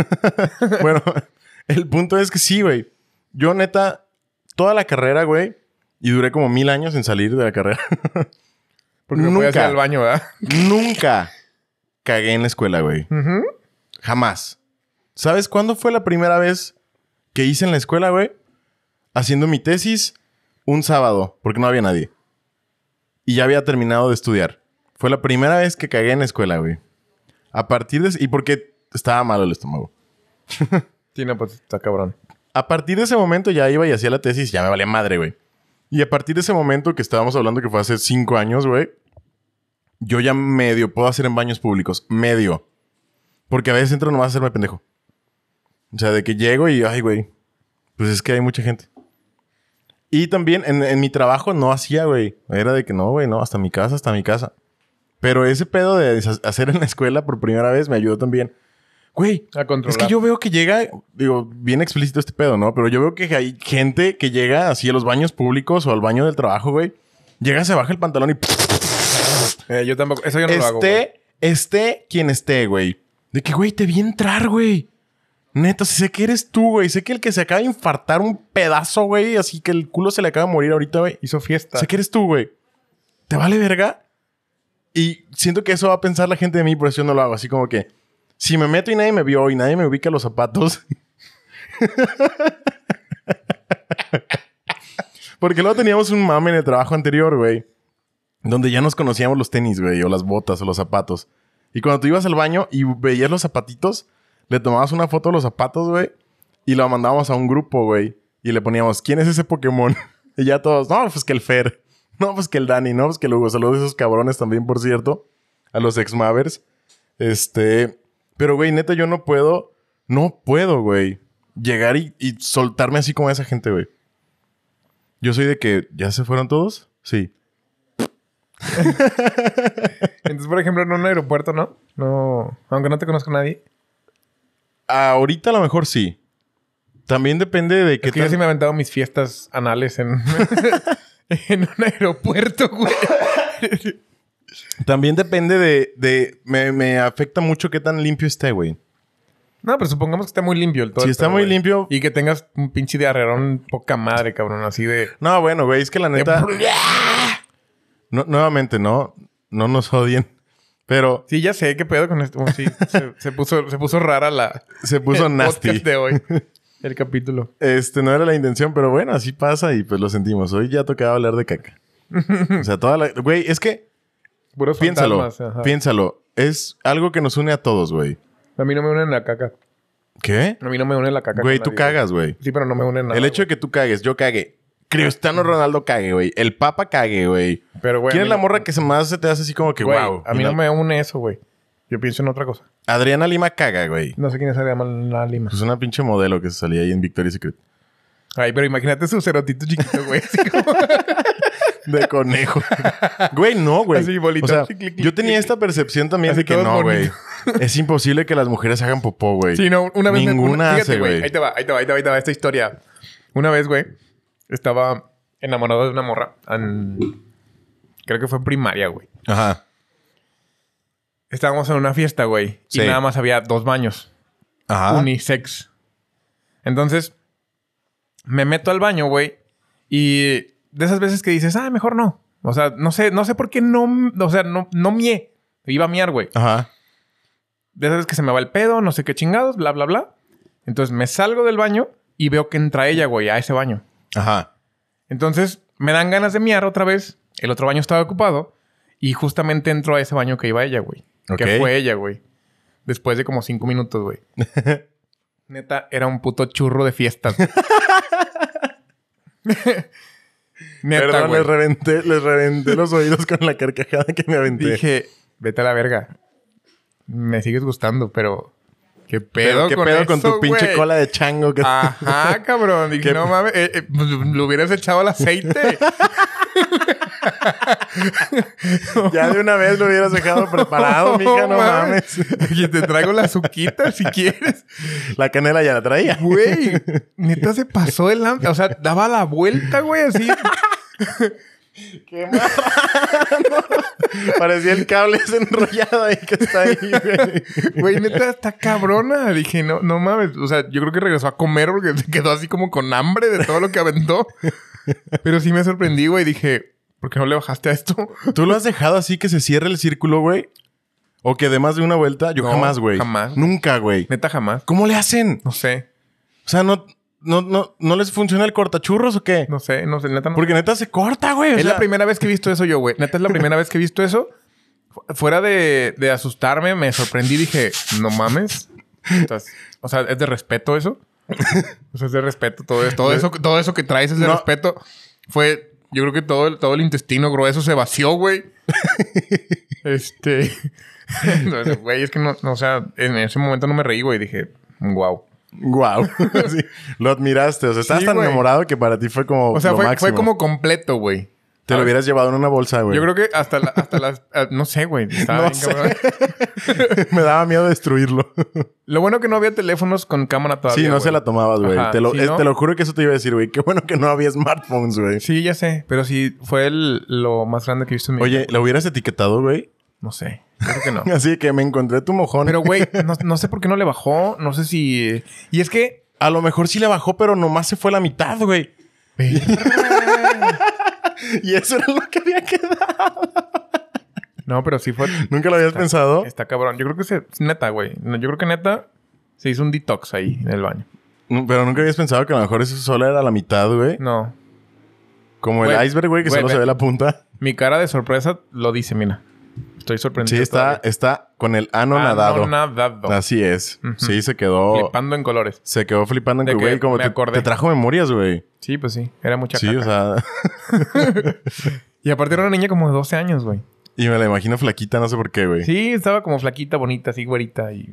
S1: bueno, <laughs> el punto es que sí, güey. Yo, neta, toda la carrera, güey, y duré como mil años en salir de la carrera.
S2: Porque no
S1: Nunca.
S2: podía ir al baño, ¿verdad?
S1: Nunca cagué en la escuela, güey.
S2: Ujú.
S1: Jamás. ¿Sabes cuándo fue la primera vez que hice en la escuela, güey, haciendo mi tesis un sábado, porque no había nadie. Y ya había terminado de estudiar. Fue la primera vez que cagué en la escuela, güey. A partir de... Y porque estaba malo el estómago.
S2: Sí, no, pues está cabrón.
S1: A partir de ese momento ya iba y hacía la tesis, ya me valía madre, güey. Y a partir de ese momento que estábamos hablando que fue hace cinco años, güey, yo ya medio puedo hacer en baños públicos, medio. Porque a veces entro nomás a hacerme pendejo. O sea, de que llego y, ay, güey, pues es que hay mucha gente. Y también en, en mi trabajo no hacía, güey. Era de que no, güey, no, hasta mi casa, hasta mi casa. Pero ese pedo de desha- hacer en la escuela por primera vez me ayudó también. Güey,
S2: A
S1: es
S2: controlar.
S1: que yo veo que llega, digo, bien explícito este pedo, ¿no? Pero yo veo que hay gente que llega así a los baños públicos o al baño del trabajo, güey. Llega, se baja el pantalón y
S2: Eh, yo tampoco. Eso yo no lo hago. güey.
S1: esté, esté quien esté, güey. De que, güey, te vi entrar, güey. Neta, si sé que eres tú, güey. Sé que el que se acaba de infartar un pedazo, güey, así que el culo se le acaba de morir ahorita, güey.
S2: Hizo fiesta.
S1: Sé que eres tú, güey. ¿Te vale verga? Y siento que eso va a pensar la gente de mí, por eso yo no lo hago. Así como que, si me meto y nadie me vio y nadie me ubica los zapatos. <laughs> Porque luego teníamos un mame en el trabajo anterior, güey. Donde ya nos conocíamos los tenis, güey, o las botas o los zapatos. Y cuando tú ibas al baño y veías los zapatitos, le tomabas una foto de los zapatos, güey, y lo mandábamos a un grupo, güey. Y le poníamos, ¿quién es ese Pokémon? <laughs> Y ya todos, no, pues que el Fer. No, pues que el Dani. No, pues que el Hugo. Saludos a esos cabrones también, por cierto. A los ex-mavers. Este... Pero, güey, neta, yo no puedo... No puedo, güey. Llegar y, y soltarme así como esa gente, güey. Yo soy de que... ¿Ya se fueron todos? Sí.
S2: Entonces, por ejemplo, en un aeropuerto, ¿no? No. Aunque no te conozca nadie.
S1: Ahorita a lo mejor sí. También depende de qué
S2: Es que yo
S1: tan-
S2: sí me he aventado mis fiestas anales en, <laughs> en un aeropuerto, güey.
S1: También depende de... de- me, me afecta mucho qué tan limpio esté, güey.
S2: No, pero supongamos que está muy limpio el todo.
S1: Si
S2: el
S1: está
S2: pedo,
S1: muy
S2: güey.
S1: limpio-
S2: Y que tengas un pinche diarreón poca madre, cabrón. Así de.
S1: No, bueno, güey, es que la neta... No, nuevamente, no. No nos odien. Pero
S2: Sí, ya sé qué pedo con esto. Bueno, sí, se, se puso, se puso rara la.
S1: se puso
S2: <laughs> el
S1: nasty.
S2: podcast
S1: <laughs>
S2: de hoy. El capítulo.
S1: Este, no era la intención, pero bueno, así pasa y pues lo sentimos. Hoy ya tocaba hablar de caca. O sea, toda la... Güey, es que
S2: Puros
S1: piénsalo.
S2: fantasmas. ajá.
S1: Piénsalo. Es algo que nos une a todos, güey.
S2: A mí no me unen la caca.
S1: ¿Qué?
S2: A mí no me une la caca.
S1: Güey,
S2: con
S1: tú
S2: nadie.
S1: cagas, güey.
S2: Sí, pero no me unen nada.
S1: El hecho de que tú cagues, yo cague. Cristiano Ronaldo cague, güey. El Papa cague, güey.
S2: güey. Pero, güey. a
S1: ¿Quién
S2: mí
S1: es la
S2: no-
S1: morra que se más se te hace así como que,
S2: Güey,
S1: wow?
S2: A mí no me une eso, güey. Yo pienso en otra cosa.
S1: Adriana Lima caga, güey.
S2: No sé quién es Adriana Lima.
S1: Pues una pinche modelo que se salía ahí en Victoria's Secret.
S2: Ay, pero imagínate su cerotito chiquito,
S1: <laughs>
S2: güey. Así como-
S1: De
S2: <laughs>
S1: conejo. güey, no, güey.
S2: Así, bolita.
S1: O sea,
S2: Clic, clic, clic,
S1: yo tenía
S2: clic.
S1: esta percepción también
S2: Así
S1: de que
S2: todo
S1: no, güey.
S2: bonito.
S1: <laughs> Es imposible que las mujeres hagan popó, güey.
S2: Sí, no, una vez... me-
S1: Ninguna
S2: una- fíjate,
S1: hace, güey.
S2: Ahí te va, ahí te va, ahí te va, ahí te va esta historia. Una vez, güey, estaba enamorado de una morra. en- Creo que fue en primaria, güey.
S1: Ajá.
S2: Estábamos en una fiesta, güey.
S1: Sí. Ah.
S2: Y nada más había dos baños.
S1: Ajá.
S2: Unisex. Entonces, me meto al baño, güey. Y de esas veces que dices, ah, mejor no. O sea, no sé, no sé por qué no... O sea, no, no mié. Iba a miar, güey.
S1: Ajá.
S2: Ya sabes que se me va el pedo, no sé qué chingados, bla, bla, bla. Entonces me salgo del baño y veo que entra ella, güey, a ese baño.
S1: Ajá.
S2: Entonces me dan ganas de miar otra vez. El otro baño estaba ocupado y justamente entró a ese baño que iba ella, güey.
S1: Ok.
S2: Que fue ella, güey. Después de como cinco minutos,
S1: <laughs>
S2: güey. Neta, era un puto churro
S1: <laughs>
S2: de fiestas. güey. Neta,
S1: Perdón,
S2: güey.
S1: les reventé, les reventé los oídos con la carcajada que me aventé.
S2: Dije, vete a la verga. Me sigues gustando, pero... ¿Qué
S1: Pero
S2: pedo
S1: qué
S2: con
S1: pedo
S2: eso,
S1: con tu pinche
S2: güey? Ah.
S1: cola de chango que
S2: Ajá, cabrón. Dije,
S1: ¿Qué?
S2: no mames, eh, eh, pues, lo hubieras echado al <laughs> aceite.
S1: <laughs> ya de una vez lo hubieras dejado
S2: <laughs>
S1: preparado, mija, no mames.
S2: Dije, te traigo la suquita si quieres.
S1: La canela ya la traía.
S2: Güey, neta se pasó el lan- O sea, daba la vuelta, güey, así.
S1: Qué marrano. Parecía el cable <laughs> desenrollado ahí que está ahí, güey.
S2: Güey, neta está cabrona. Dije, no, no mames. O sea, yo creo que regresó a comer porque se quedó así como con hambre de todo lo que aventó. Pero sí me sorprendí, güey. Dije, ¿por qué no le bajaste a esto?
S1: ¿Tú lo has dejado así que se cierre el círculo, güey? ¿O que dé más de una vuelta? Yo
S2: No,
S1: jamás, güey.
S2: jamás.
S1: Nunca, güey.
S2: Neta jamás.
S1: ¿Cómo le hacen?
S2: No sé.
S1: O sea, no, no, no, no les funciona el cortachurros o qué?
S2: No sé, no sé, neta no.
S1: Porque neta se corta, güey. o
S2: es
S1: sea,
S2: la primera vez que he visto eso yo, güey. Neta es la primera vez que he visto eso. Fu- Fuera de, de asustarme, me sorprendí. Dije, no mames. Estás- o sea, es de respeto eso. O sea, es de respeto todo eso. Todo eso, todo eso que traes es de
S1: No.
S2: respeto. Fue, yo creo que todo el, todo el intestino grueso se vació, güey. este. <laughs> Entonces, güey, es que no, no, o sea, en ese momento no me reí, güey. Dije, wow.
S1: Guau. <laughs> Sí, Lo admiraste. O sea, estabas
S2: Sí,
S1: tan
S2: güey.
S1: enamorado que para ti fue como.
S2: O sea,
S1: lo
S2: fue,
S1: máximo.
S2: fue como completo, güey.
S1: Te lo hubieras llevado en una bolsa, güey.
S2: Yo creo que hasta, la- hasta las... ah, No sé, güey. Estaba
S1: No
S2: bien
S1: sé.
S2: cabrón.
S1: <laughs> Me daba miedo destruirlo.
S2: Lo bueno que no había teléfonos con cámara todavía.
S1: sí, no se
S2: güey.
S1: la tomabas, güey.
S2: Ajá,
S1: Te, lo-
S2: sí,
S1: es-
S2: ¿no?
S1: te lo juro que eso te iba a decir, güey. Qué bueno que no había smartphones, güey.
S2: Sí, ya sé. Pero sí, fue el- lo más grande que he visto en mi
S1: Oye, ¿lo hubieras etiquetado, güey?
S2: No sé. Creo
S1: <laughs>
S2: que no.
S1: Así que me encontré tu mojón.
S2: Pero, güey, no, no sé por qué no le bajó. No sé si... Y es que...
S1: a lo mejor sí la bajó, pero nomás se fue la mitad, güey. <laughs> Y eso era lo que había quedado.
S2: No, pero sí fue...
S1: ¿Nunca lo habías pensado?
S2: Está cabrón. Yo creo que se... Neta, güey. No, Yo creo que neta se hizo un detox ahí en el baño.
S1: No, Pero nunca habías pensado que a lo mejor eso solo era la mitad, güey.
S2: No.
S1: Como el
S2: Güey,
S1: iceberg, güey, que
S2: güey,
S1: solo se
S2: ve-
S1: ve la punta.
S2: Mi cara de sorpresa lo dice, mira. Estoy sorprendido.
S1: Sí, está,
S2: todavía. Ah,
S1: está con el ano nadado.
S2: Anonadado.
S1: Así es.
S2: Ujú.
S1: Sí, se quedó.
S2: Flipando en colores.
S1: Se quedó flipando en
S2: De
S1: que,
S2: que
S1: güey, como
S2: me
S1: te,
S2: acordé.
S1: te trajo memorias, güey.
S2: Sí, pues sí. Era mucha
S1: Sí,
S2: caca.
S1: o sea. <laughs>
S2: Y aparte era una niña como de 12 años, güey.
S1: Y me la imagino flaquita, no sé por qué, güey.
S2: Sí, estaba como flaquita, bonita, así güerita. Y...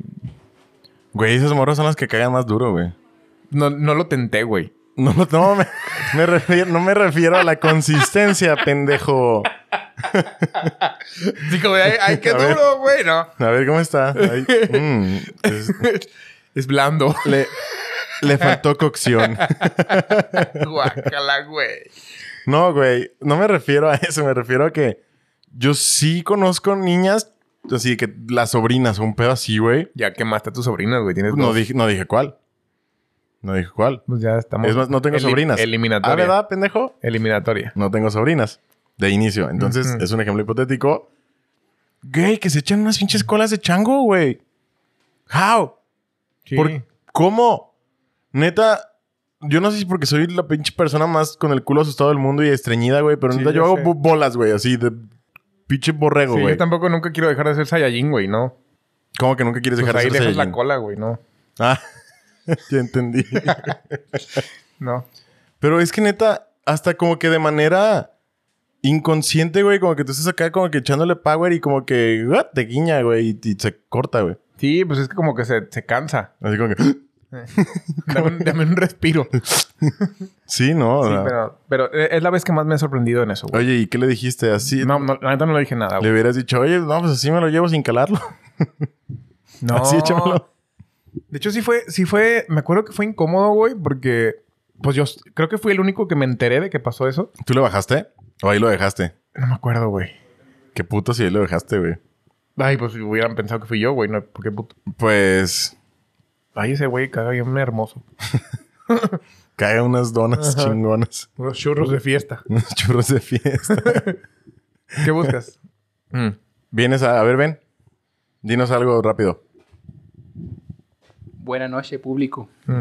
S1: Güey, esas morras son las que cagan más duro, güey.
S2: No, no lo tenté, güey.
S1: No, no, me, me refiero, no me refiero a la consistencia, pendejo.
S2: Sí, como, de, ay,
S1: <laughs>
S2: ay, qué
S1: A ver.
S2: duro, güey, no.
S1: A ver, ¿cómo está? Ay, mm, es-
S2: Es blando.
S1: le, le faltó cocción.
S2: Guácala, güey.
S1: No, güey, no me refiero a eso. Me refiero a que yo sí conozco niñas, así que las sobrinas, un pedo así, güey.
S2: Ya quemaste a tus sobrinas, güey. Tienes
S1: No
S2: dos.
S1: dije, no dije cuál. No dije cuál.
S2: Pues ya estamos.
S1: Es más, no tengo
S2: Eli-
S1: sobrinas. ¿A
S2: Eliminatoria.
S1: verdad, pendejo?
S2: Eliminatoria.
S1: No tengo sobrinas. De inicio. Entonces,
S2: Ujú.
S1: es un ejemplo hipotético. Güey, que se echan unas pinches colas de chango, güey. How?
S2: Sí.
S1: ¿Por- ¿Cómo? Neta, yo no sé si porque soy la pinche persona más con el culo asustado del mundo y estreñida, güey, pero
S2: Sí,
S1: neta
S2: ya
S1: yo hago
S2: sé.
S1: bo- bolas, güey, así de pinche borrego,
S2: Sí,
S1: güey.
S2: yo tampoco nunca quiero dejar de ser Saiyajin, güey, ¿no?
S1: ¿Cómo que nunca quieres
S2: Pues
S1: dejar
S2: ahí
S1: de
S2: dejas
S1: ser
S2: la
S1: Saiyajin?
S2: cola, güey, ¿no?
S1: <laughs> Ah, ya
S2: <laughs>
S1: entendí.
S2: No.
S1: pero es que neta, hasta como que de manera inconsciente, güey, como que tú estás acá como que echándole power y como que ¡ah! te guiña, güey, y, y se corta, güey.
S2: Sí, pues es que como que se, se cansa.
S1: Así como que... ¡ah!
S2: Dame un, dame
S1: <laughs>
S2: un respiro.
S1: Sí, ¿no? O
S2: Sí,
S1: sea,
S2: pero, pero eh, es la vez que más me ha sorprendido en eso, güey.
S1: Oye, ¿y qué le dijiste? Así...
S2: No, no, la neta no le dije nada,
S1: Le
S2: güey.
S1: hubieras dicho, oye, no, pues así me lo llevo sin calarlo.
S2: No.
S1: Así échamelo.
S2: De hecho, sí fue, sí fue, me acuerdo que fue incómodo, güey, porque pues yo s- creo que fui el único que me enteré de que pasó eso.
S1: ¿Tú lo bajaste? ¿O ahí lo dejaste?
S2: No me acuerdo, güey.
S1: Qué puto si ahí lo dejaste, güey.
S2: Ay, pues si hubieran pensado que fui yo, güey, no, porque puto.
S1: Pues
S2: Ay, ese güey caga bien hermoso.
S1: cae unas donas
S2: Ajá.
S1: chingonas. <laughs>
S2: Unos churros de fiesta.
S1: Unos churros de fiesta.
S2: <laughs> ¿Qué
S1: <laughs>
S2: buscas? Mm.
S1: Vienes a... A ver, ven. Dinos algo rápido. <laughs>
S3: Buena noche, público.
S2: Mm.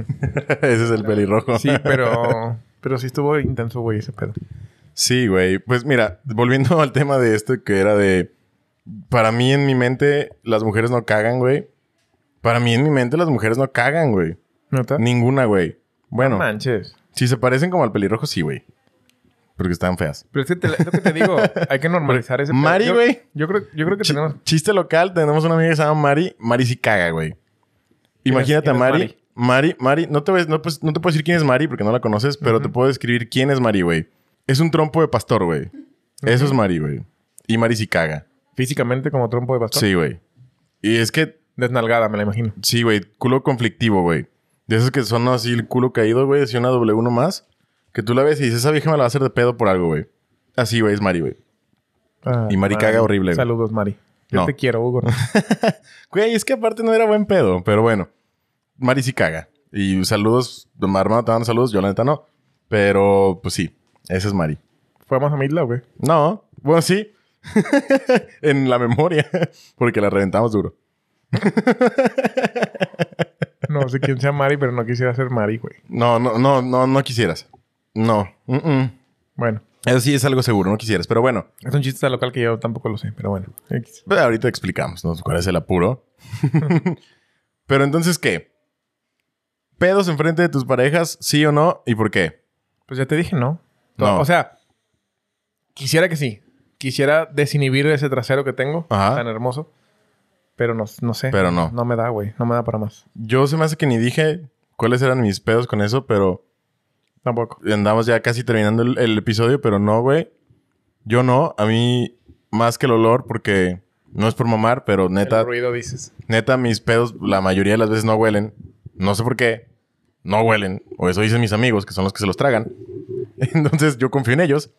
S1: Ese es el pelirrojo.
S2: Sí, pero, pero sí estuvo intenso, güey, ese pedo.
S1: <laughs> Sí, güey. Pues mira, volviendo al tema de esto que era de... Para mí en mi mente las mujeres no cagan, güey. Para mí en mi mente las mujeres no cagan, güey.
S2: ¿Nota?
S1: Ninguna, güey. Bueno,
S2: manches.
S1: si se parecen como al pelirrojo, sí, güey. Porque están feas.
S2: Pero es que te, es lo que te digo, hay
S1: <laughs>
S2: que normalizar ese pedo.
S1: Mari,
S2: Yo-
S1: güey.
S2: Yo, creo, yo creo que
S1: Chi-
S2: tenemos...
S1: Chiste local, tenemos una amiga que se llama Mari. Mari sí caga, güey.
S2: ¿Quién es-
S1: Imagínate
S2: quién
S1: a
S2: es
S1: Mari.
S2: Mari?
S1: Mari, Mari, no te, ves- no, pues, no te puedo decir quién es Mari porque no la conoces, pero te puedo describir quién es Mari, güey. Es un trompo de pastor, güey. Eso es Mari, güey. Y Mari sí caga.
S2: Físicamente como trompo de bastón.
S1: Sí, güey. Y es que,
S2: Desnalgada, me la imagino.
S1: sí, güey, culo conflictivo, güey. De esos que son así el culo caído, güey, así una doble uno más. Que tú la ves y dices, esa vieja me la va a hacer de pedo por algo, güey. Así, güey, es Mari, güey.
S2: Ah,
S1: Y Mari caga horrible, güey.
S2: Saludos, Mari. Yo
S1: No.
S2: te quiero,
S1: <laughs>
S2: Hugo.
S1: Güey, es que aparte no era buen pedo, pero bueno. Mari sí caga. Y saludos, hermano, te mando saludos, yo la neta no. Pero, pues sí, esa es Mari.
S2: ¿Fuimos a Midla, güey?
S1: No, bueno, sí. <laughs> en la memoria, porque la reventamos duro.
S2: No sé quién sea Mari, pero no quisiera ser Mari, güey.
S1: No, no, no, no, no quisieras. No. Mm, mm.
S2: Bueno,
S1: Eso sí es algo seguro, no quisieras. Pero bueno,
S2: es un chiste local que yo tampoco lo sé, pero bueno. X.
S1: Pero ahorita explicamos ¿no? cuál es el apuro. <laughs> Pero entonces, ¿qué? ¿Pedos enfrente de tus parejas, sí o no? ¿Y por qué?
S2: Pues ya te dije, ¿no? To-
S1: No.
S2: O sea, quisiera que sí. Quisiera desinhibir ese trasero que tengo,
S1: Ajá.
S2: tan hermoso. Pero no, no sé.
S1: Pero no.
S2: No me da, güey. No me da para más.
S1: Yo se me hace que ni dije cuáles eran mis pedos con eso, pero
S2: Tampoco.
S1: andamos ya casi terminando el, el episodio, pero no, güey. Yo no, a mí más que el olor, porque no es por mamar, pero neta,
S2: El ruido dices.
S1: neta, mis pedos la mayoría de las veces no huelen. No sé por qué. No huelen. O eso dicen mis amigos, que son los que se los tragan. <laughs> Entonces yo confío en ellos.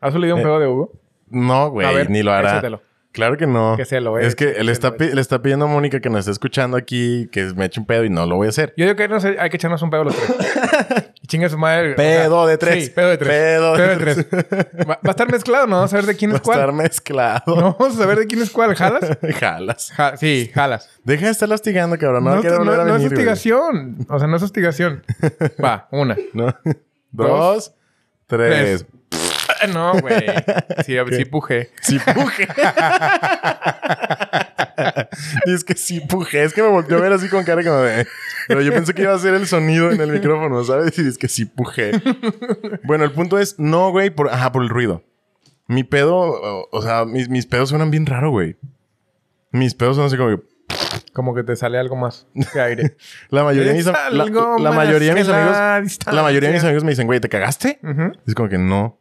S2: ¿Has olido un
S1: Eh,
S2: pedo de Hugo?
S1: No, güey,
S2: A ver,
S1: ni lo hará.
S2: échatelo.
S1: Claro que no.
S2: Que se lo
S1: es.
S2: eche,
S1: que
S2: que
S1: le está,
S2: lo
S1: pi- le está pidiendo a Mónica que nos esté escuchando aquí que me eche un pedo y no lo voy a hacer.
S2: Yo digo que no sé, hay que echarnos un pedo los tres.
S1: <laughs>
S2: y chinga su madre. o sea,
S1: Pedo de tres.
S2: Sí, pedo de tres.
S1: Pedo de
S2: Pedo de tres. Va, va a estar mezclado, ¿no? Vamos a ver de quién
S1: Va a
S2: es cuál.
S1: estar mezclado.
S2: No vamos a saber de quién es cuál. ¿Jalas?
S1: Jalas.
S2: Ja- sí, jalas.
S1: Deja de estar lastigando, cabrón. No,
S2: No,
S1: quiero
S2: no-
S1: volver a
S2: no
S1: venir,
S2: es hostigación. O sea, no es hostigación. Va, una. <laughs>
S1: güey. No. <laughs> Dos, tres.
S2: Tres. Ah, No, güey. Sí, sí pujé.
S1: Sí puje. <laughs> y es que sí puje. Es que me volteó a ver así con cara como de... Pero yo pensé que iba a hacer el sonido en el micrófono, ¿sabes? Y es que sí puje. bueno, el punto es... No, güey. Por, ajá, por el ruido. Mi pedo... O, o sea, mis, mis pedos suenan bien raro, güey. Mis pedos son así como que...
S2: Como que te sale algo más de aire.
S1: La mayoría de mis,
S2: Es
S1: am- la,
S2: algo
S1: la
S2: más
S1: mayoría de mis
S2: que la
S1: amigos...
S2: distancia.
S1: La mayoría de mis amigos me dicen, güey, ¿te cagaste?
S2: Ujú.
S1: Es como que no.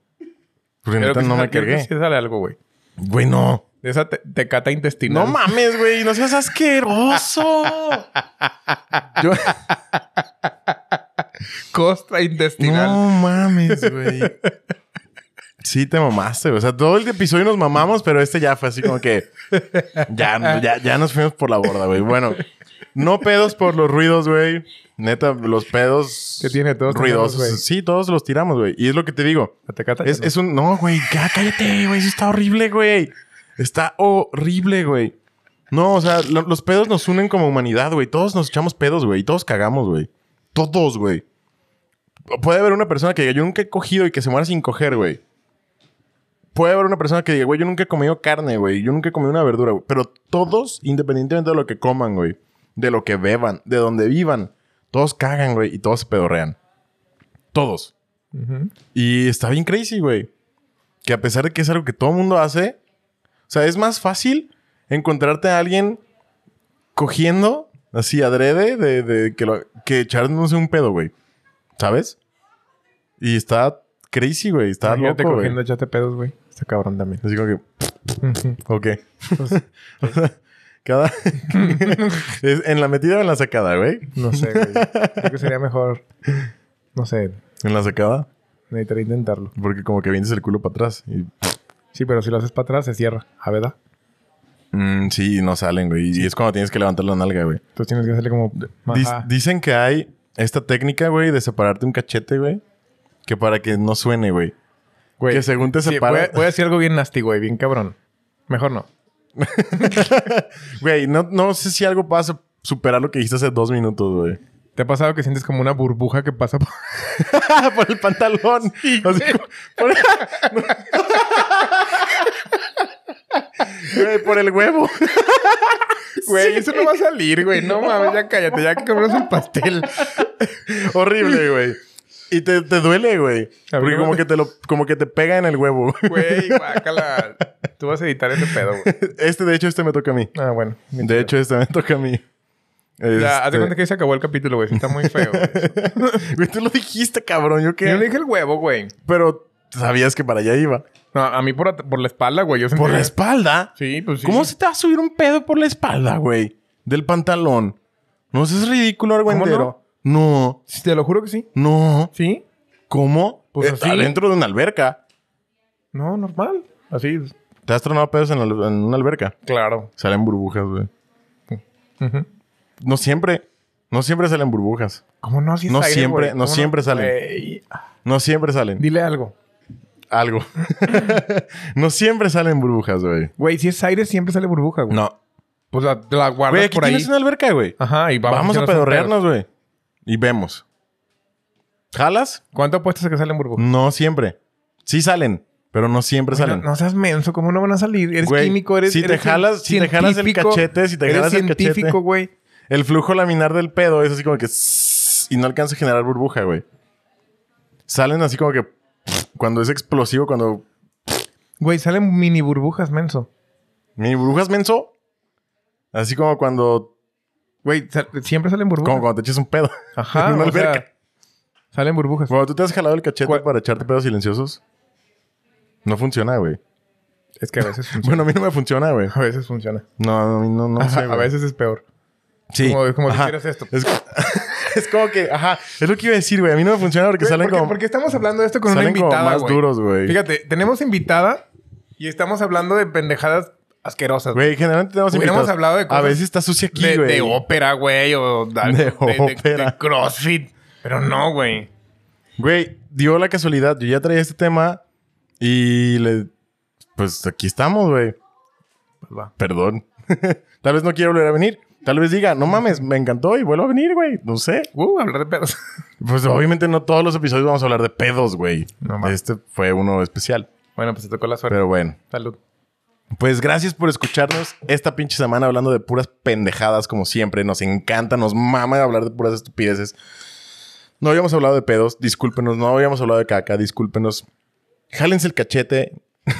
S1: Porque
S2: Creo
S1: neta
S2: sí
S1: no me
S2: sale- creo que
S1: cargué.
S2: Sí sale algo, güey.
S1: Güey, no.
S2: De esa te- tecata intestinal.
S1: No mames, güey, no seas
S2: <laughs>
S1: asqueroso. Yo-
S2: Costra intestinal.
S1: no mames, güey. Sí, te mamaste, güey. O sea, todo el episodio nos mamamos, pero este ya fue así como que. Ya, ya, ya nos fuimos por la borda, güey. Bueno, no pedos por los ruidos, güey. Neta, los pedos.
S2: Que tiene, todos
S1: Ruidosos.
S2: tenemos, güey.
S1: sí, todos los tiramos, güey. Y es lo que te digo.
S2: La tecata.
S1: Es,
S2: ya no.
S1: es un. No, güey, ya cállate, güey. Eso está horrible, güey. Está horrible, güey. No, o sea, lo- los pedos nos unen como humanidad, güey. Todos nos echamos pedos, güey. Todos cagamos, güey. Todos, güey. Puede haber una persona que diga, yo nunca he cogido y que se muera sin coger, güey. Puede haber una persona que diga, güey, yo nunca he comido carne, güey. Yo nunca he comido una verdura, güey. Pero todos, independientemente de lo que coman, güey. De lo que beban, de donde vivan. Todos cagan, güey. Y todos se pedorrean. Todos.
S2: Ujú.
S1: Y está bien crazy, güey. Que a pesar de que es algo que todo el mundo hace, o sea, es más fácil encontrarte a alguien cogiendo así adrede de, de que, lo, que echándose un pedo, güey. ¿Sabes? Y está crazy, güey. Está
S2: Imagínate
S1: loco, güey.
S2: cogiendo echate pedos, güey. Está cabrón también.
S1: Así como que,
S2: Ujú.
S1: ok.
S2: Pues,
S1: <laughs> O sea, Cada... <laughs> es en la metida o en la sacada, güey.
S2: no sé, güey. Creo que sería mejor. No sé.
S1: En la sacada.
S2: Necesitaría intentarlo.
S1: Porque como que vienes el culo para atrás. Y,
S2: Sí, pero si lo haces para atrás, se cierra. A verdad.
S1: mm, sí, no salen, güey. Y es cuando tienes que levantar la nalga, güey.
S2: Entonces tienes que hacerle como.
S1: Dis-
S2: Ajá.
S1: dicen que hay esta técnica, güey, de separarte un cachete, güey. Que para que no suene, güey.
S2: Güey,
S1: que según te
S2: sí,
S1: separa-
S2: voy, a, voy a decir algo bien nasty, güey. Bien cabrón. Mejor no.
S1: Güey, no, no sé si algo pasa superar lo que dijiste hace dos minutos,
S2: <laughs>
S1: güey.
S2: ¿Te ha pasado que sientes como una burbuja que pasa por. Ah,
S1: por el pantalón. Así como- por... Güey, por el huevo.
S2: Güey, eso no va a salir, güey. No mames, ya cállate, ya que compras el pastel.
S1: Horrible, güey. Y te, te duele, güey.
S2: A
S1: Porque
S2: mí no me-
S1: como que, te lo, como que te pega en el huevo. <laughs>
S2: Güey, guácala. Tú vas a editar ese pedo, güey.
S1: Este, de hecho, este me toca a mí.
S2: Ah, bueno.
S1: De hecho, este me toca a mí.
S2: Ya, haz
S1: Este-
S2: de cuenta que ahí se acabó el capítulo, güey. Está muy feo. güey. <laughs>
S1: <laughs> Güey, tú lo dijiste, cabrón. Yo qué.
S2: Yo no dije el huevo, güey.
S1: Pero sabías que para allá iba.
S2: No, a mí por, at- por la espalda, güey. Yo sentí-
S1: Por la espalda.
S2: Sí, pues sí.
S1: ¿Cómo se te va a subir un pedo por la espalda, güey? Del pantalón. No seas ridículo, argüendero. No?
S2: Sí, Te lo juro que sí.
S1: no,
S2: ¿Sí?
S1: ¿Cómo?
S2: Pues
S1: Eh,
S2: así.
S1: Adentro de una alberca.
S2: No, normal. Así.
S1: Te has tronado pedos en, la- en una alberca.
S2: Claro.
S1: Salen burbujas, güey.
S2: Ujú.
S1: No siempre. No siempre salen burbujas.
S2: ¿Cómo no? Si es
S1: No
S2: aire,
S1: siempre-
S2: güey.
S1: no
S2: ¿Cómo
S1: siempre salen.
S2: Güey.
S1: No siempre salen.
S2: Dile algo. <laughs>
S1: Algo. <laughs> no siempre salen burbujas, güey.
S2: Güey, si es aire, siempre sale burbuja, güey.
S1: No.
S2: O sea, te la guardas
S1: Güey, aquí
S2: por ahí.
S1: tienes una alberca, güey.
S2: Ajá, y vamos,
S1: Vamos a
S2: echarnos un pedo.
S1: pedorrearnos, güey. Y vemos. ¿Jalas?
S2: ¿Cuánto apuestas a que salen burbujas?
S1: No siempre. Sí salen, pero no siempre
S2: Mira,
S1: salen.
S2: No seas menso, ¿cómo no van a salir? Eres
S1: Güey,
S2: químico, eres.
S1: si te
S2: eres
S1: jalas- si te jalas el
S2: científico,
S1: cachete, si te
S2: eres
S1: jalas el cachete.
S2: científico, güey.
S1: El flujo laminar del pedo es así como que... sss, Y no alcanza a generar burbuja, güey. Salen así como que... Cuando es explosivo, cuando...
S2: Güey, salen mini burbujas, menso.
S1: ¿Mi burbujas menso? Así como cuando...
S2: Güey, sal- siempre salen burbujas.
S1: Como cuando te echas un pedo. <laughs>
S2: Ajá,
S1: en una
S2: o sea,
S1: alberca.
S2: salen burbujas.
S1: Cuando tú te has jalado el cachete
S2: ¿Cuál?
S1: para echarte pedos silenciosos. No funciona, güey.
S2: Es que a veces funciona.
S1: Bueno, a mí no me funciona, güey.
S2: a veces
S1: <laughs>
S2: funciona.
S1: No, no, no, no sé,
S2: a
S1: güey.
S2: veces es peor.
S1: Sí.
S2: Como, como si
S1: Ajá.
S2: hicieras esto.
S1: Es, <laughs> es como que, ajá, es lo que iba a decir, güey. A mí no me funciona porque
S2: Güey,
S1: salen
S2: porque,
S1: como,
S2: porque estamos hablando de esto con una
S1: salen como
S2: invitada,
S1: más
S2: güey.
S1: duros, güey.
S2: Fíjate, tenemos invitada y estamos hablando de pendejadas asquerosas.
S1: Güey, generalmente tenemos
S2: Hubiéramos
S1: invitados.
S2: hablado de
S1: A
S2: cosas
S1: veces está sucia aquí,
S2: de,
S1: güey.
S2: de ópera, güey, o de,
S1: De
S2: de- de-
S1: ópera.
S2: de crossfit. Pero no, güey.
S1: Güey, dio la casualidad. Yo ya traía este tema y le... Pues aquí estamos, güey.
S2: Pues va.
S1: Perdón. <laughs> Tal vez no quiero volver a venir. Tal vez diga, no mames, me encantó y vuelvo a venir, güey. No sé.
S2: Uh, hablar de pedos. <laughs>
S1: Pues obviamente no todos los episodios vamos a hablar de pedos, güey.
S2: No mames.
S1: este fue uno especial.
S2: bueno, pues te tocó la suerte.
S1: Pero bueno.
S2: Salud.
S1: Pues gracias por escucharnos esta pinche semana hablando de puras pendejadas como siempre. Nos encanta, nos mama hablar de puras estupideces. No habíamos hablado de pedos, discúlpenos. No habíamos hablado de caca, discúlpenos. Jálense el cachete.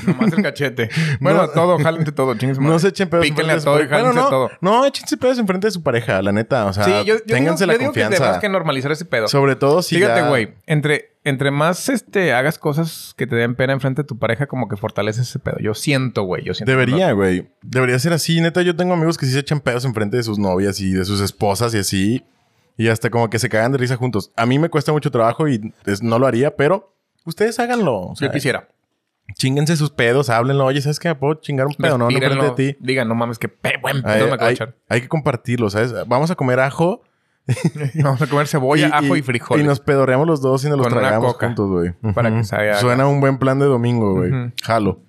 S2: Nomás el
S1: <laughs>
S2: cachete. Bueno,
S1: No-
S2: todo, jálense todo. chingues
S1: No se echen pedos
S2: Píquenle
S1: enfrente
S2: a
S1: de su
S2: todo y
S1: pareja.
S2: jálense
S1: Bueno, no,
S2: todo.
S1: no, échense pedos enfrente de su pareja, la neta. O sea,
S2: Sí, yo, yo digo,
S1: ténganse
S2: yo
S1: la
S2: digo que
S1: confianza.
S2: tenemos que normalizar ese pedo.
S1: Sobre todo si
S2: Fíjate,
S1: ya-
S2: güey, entre, entre más este, hagas cosas que te den pena enfrente de tu pareja, como que fortaleces ese pedo. Yo siento, güey, yo siento.
S1: Debería, güey. Debería ser así. Neta, yo tengo amigos que sí se echan pedos enfrente de sus novias y de sus esposas y así. Y hasta como que se cagan de risa juntos. A mí me cuesta mucho trabajo y es- no lo haría, pero ustedes háganlo. O
S2: Yo
S1: sea,
S2: quisiera.
S1: Chínguense sus pedos, háblenlo. Oye, ¿sabes qué? ¿Me Puedo chingar un pedo, ¿no? No
S2: Respírenlo.
S1: Enfrente de ti.
S2: Digan, no mames, que pe- buen
S1: Hay,
S2: pedo me acabo de
S1: hay-
S2: echar. <laughs>
S1: hay que compartirlo, ¿sabes? Vamos a comer ajo.
S2: Vamos a comer cebolla, ajo y,
S1: <laughs>
S2: frijoles.
S1: Y nos pedorreamos los dos y nos los
S2: Con una
S1: tragamos
S2: coca.
S1: juntos, güey.
S2: Para
S1: Ujú.
S2: que salga-
S1: Suena un buen plan de domingo, güey.
S2: Ujú. <laughs>
S1: Jalo.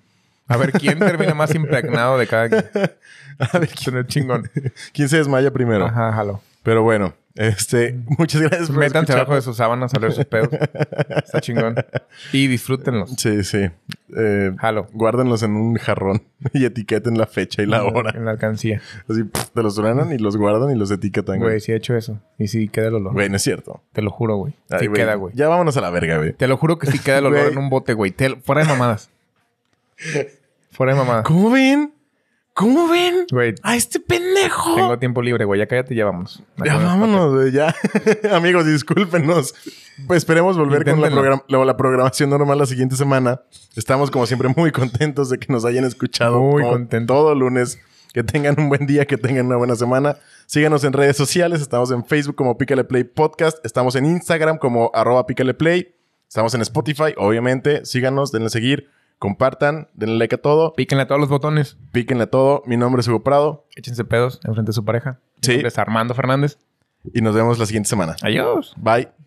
S2: A ver, ¿quién termina
S1: <laughs>
S2: más impregnado de cada quien? A ver, ¿quién es chingón?
S1: ¿Quién se desmaya primero?
S2: Ajá, jalo.
S1: Pero bueno, este, <laughs> muchas gracias por
S2: Métanse
S1: escucharnos.
S2: abajo de sus sábanas a leer sus pedos. Está chingón. Y disfrútenlos.
S1: Sí, sí. Eh,
S2: Jalo.
S1: guárdenlos en un jarrón <laughs> y etiqueten la fecha y la hora.
S2: En la alcancía.
S1: Así pf, te los truenan y los guardan y los etiquetan.
S2: Güey,
S1: Güey,
S2: sí he hecho eso. Y sí queda el olor.
S1: Güey, no es cierto.
S2: Te lo juro, güey.
S1: Ay,
S2: Sí queda, güey.
S1: Ya vámonos a la verga, güey.
S2: Te lo juro que sí queda el olor
S1: Güey.
S2: en un bote, güey. Te- Fuera de mamadas. <laughs> Fuera de mamadas.
S1: ¿Cómo ven? ¿Cómo ven?
S2: Güey,
S1: A este pendejo.
S2: tengo tiempo libre, güey. Ya cállate, ya vamos.
S1: Ya vámonos, güey, ya. <laughs> Amigos, discúlpenos. Pues esperemos volver con la,
S2: Inténtenlo.
S1: program- la- la programación normal la siguiente semana. Estamos, como siempre, muy contentos de que nos hayan escuchado.
S2: Muy
S1: como
S2: contentos.
S1: Todo lunes. Que tengan un buen día, que tengan una buena semana. Síganos en redes sociales. Estamos en Facebook como Pícale Play Podcast. Estamos en Instagram como arroba Pícale Play. Estamos en Spotify, obviamente. Síganos, denle seguir, compartan, denle like a todo,
S2: Píquenle a todos los botones.
S1: píquenle a todo. Mi nombre es Hugo Prado
S2: Échense pedos enfrente de su pareja.
S1: Sí.
S2: Desarmando Fernández.
S1: y nos vemos la siguiente semana.
S2: Adiós.
S1: Bye.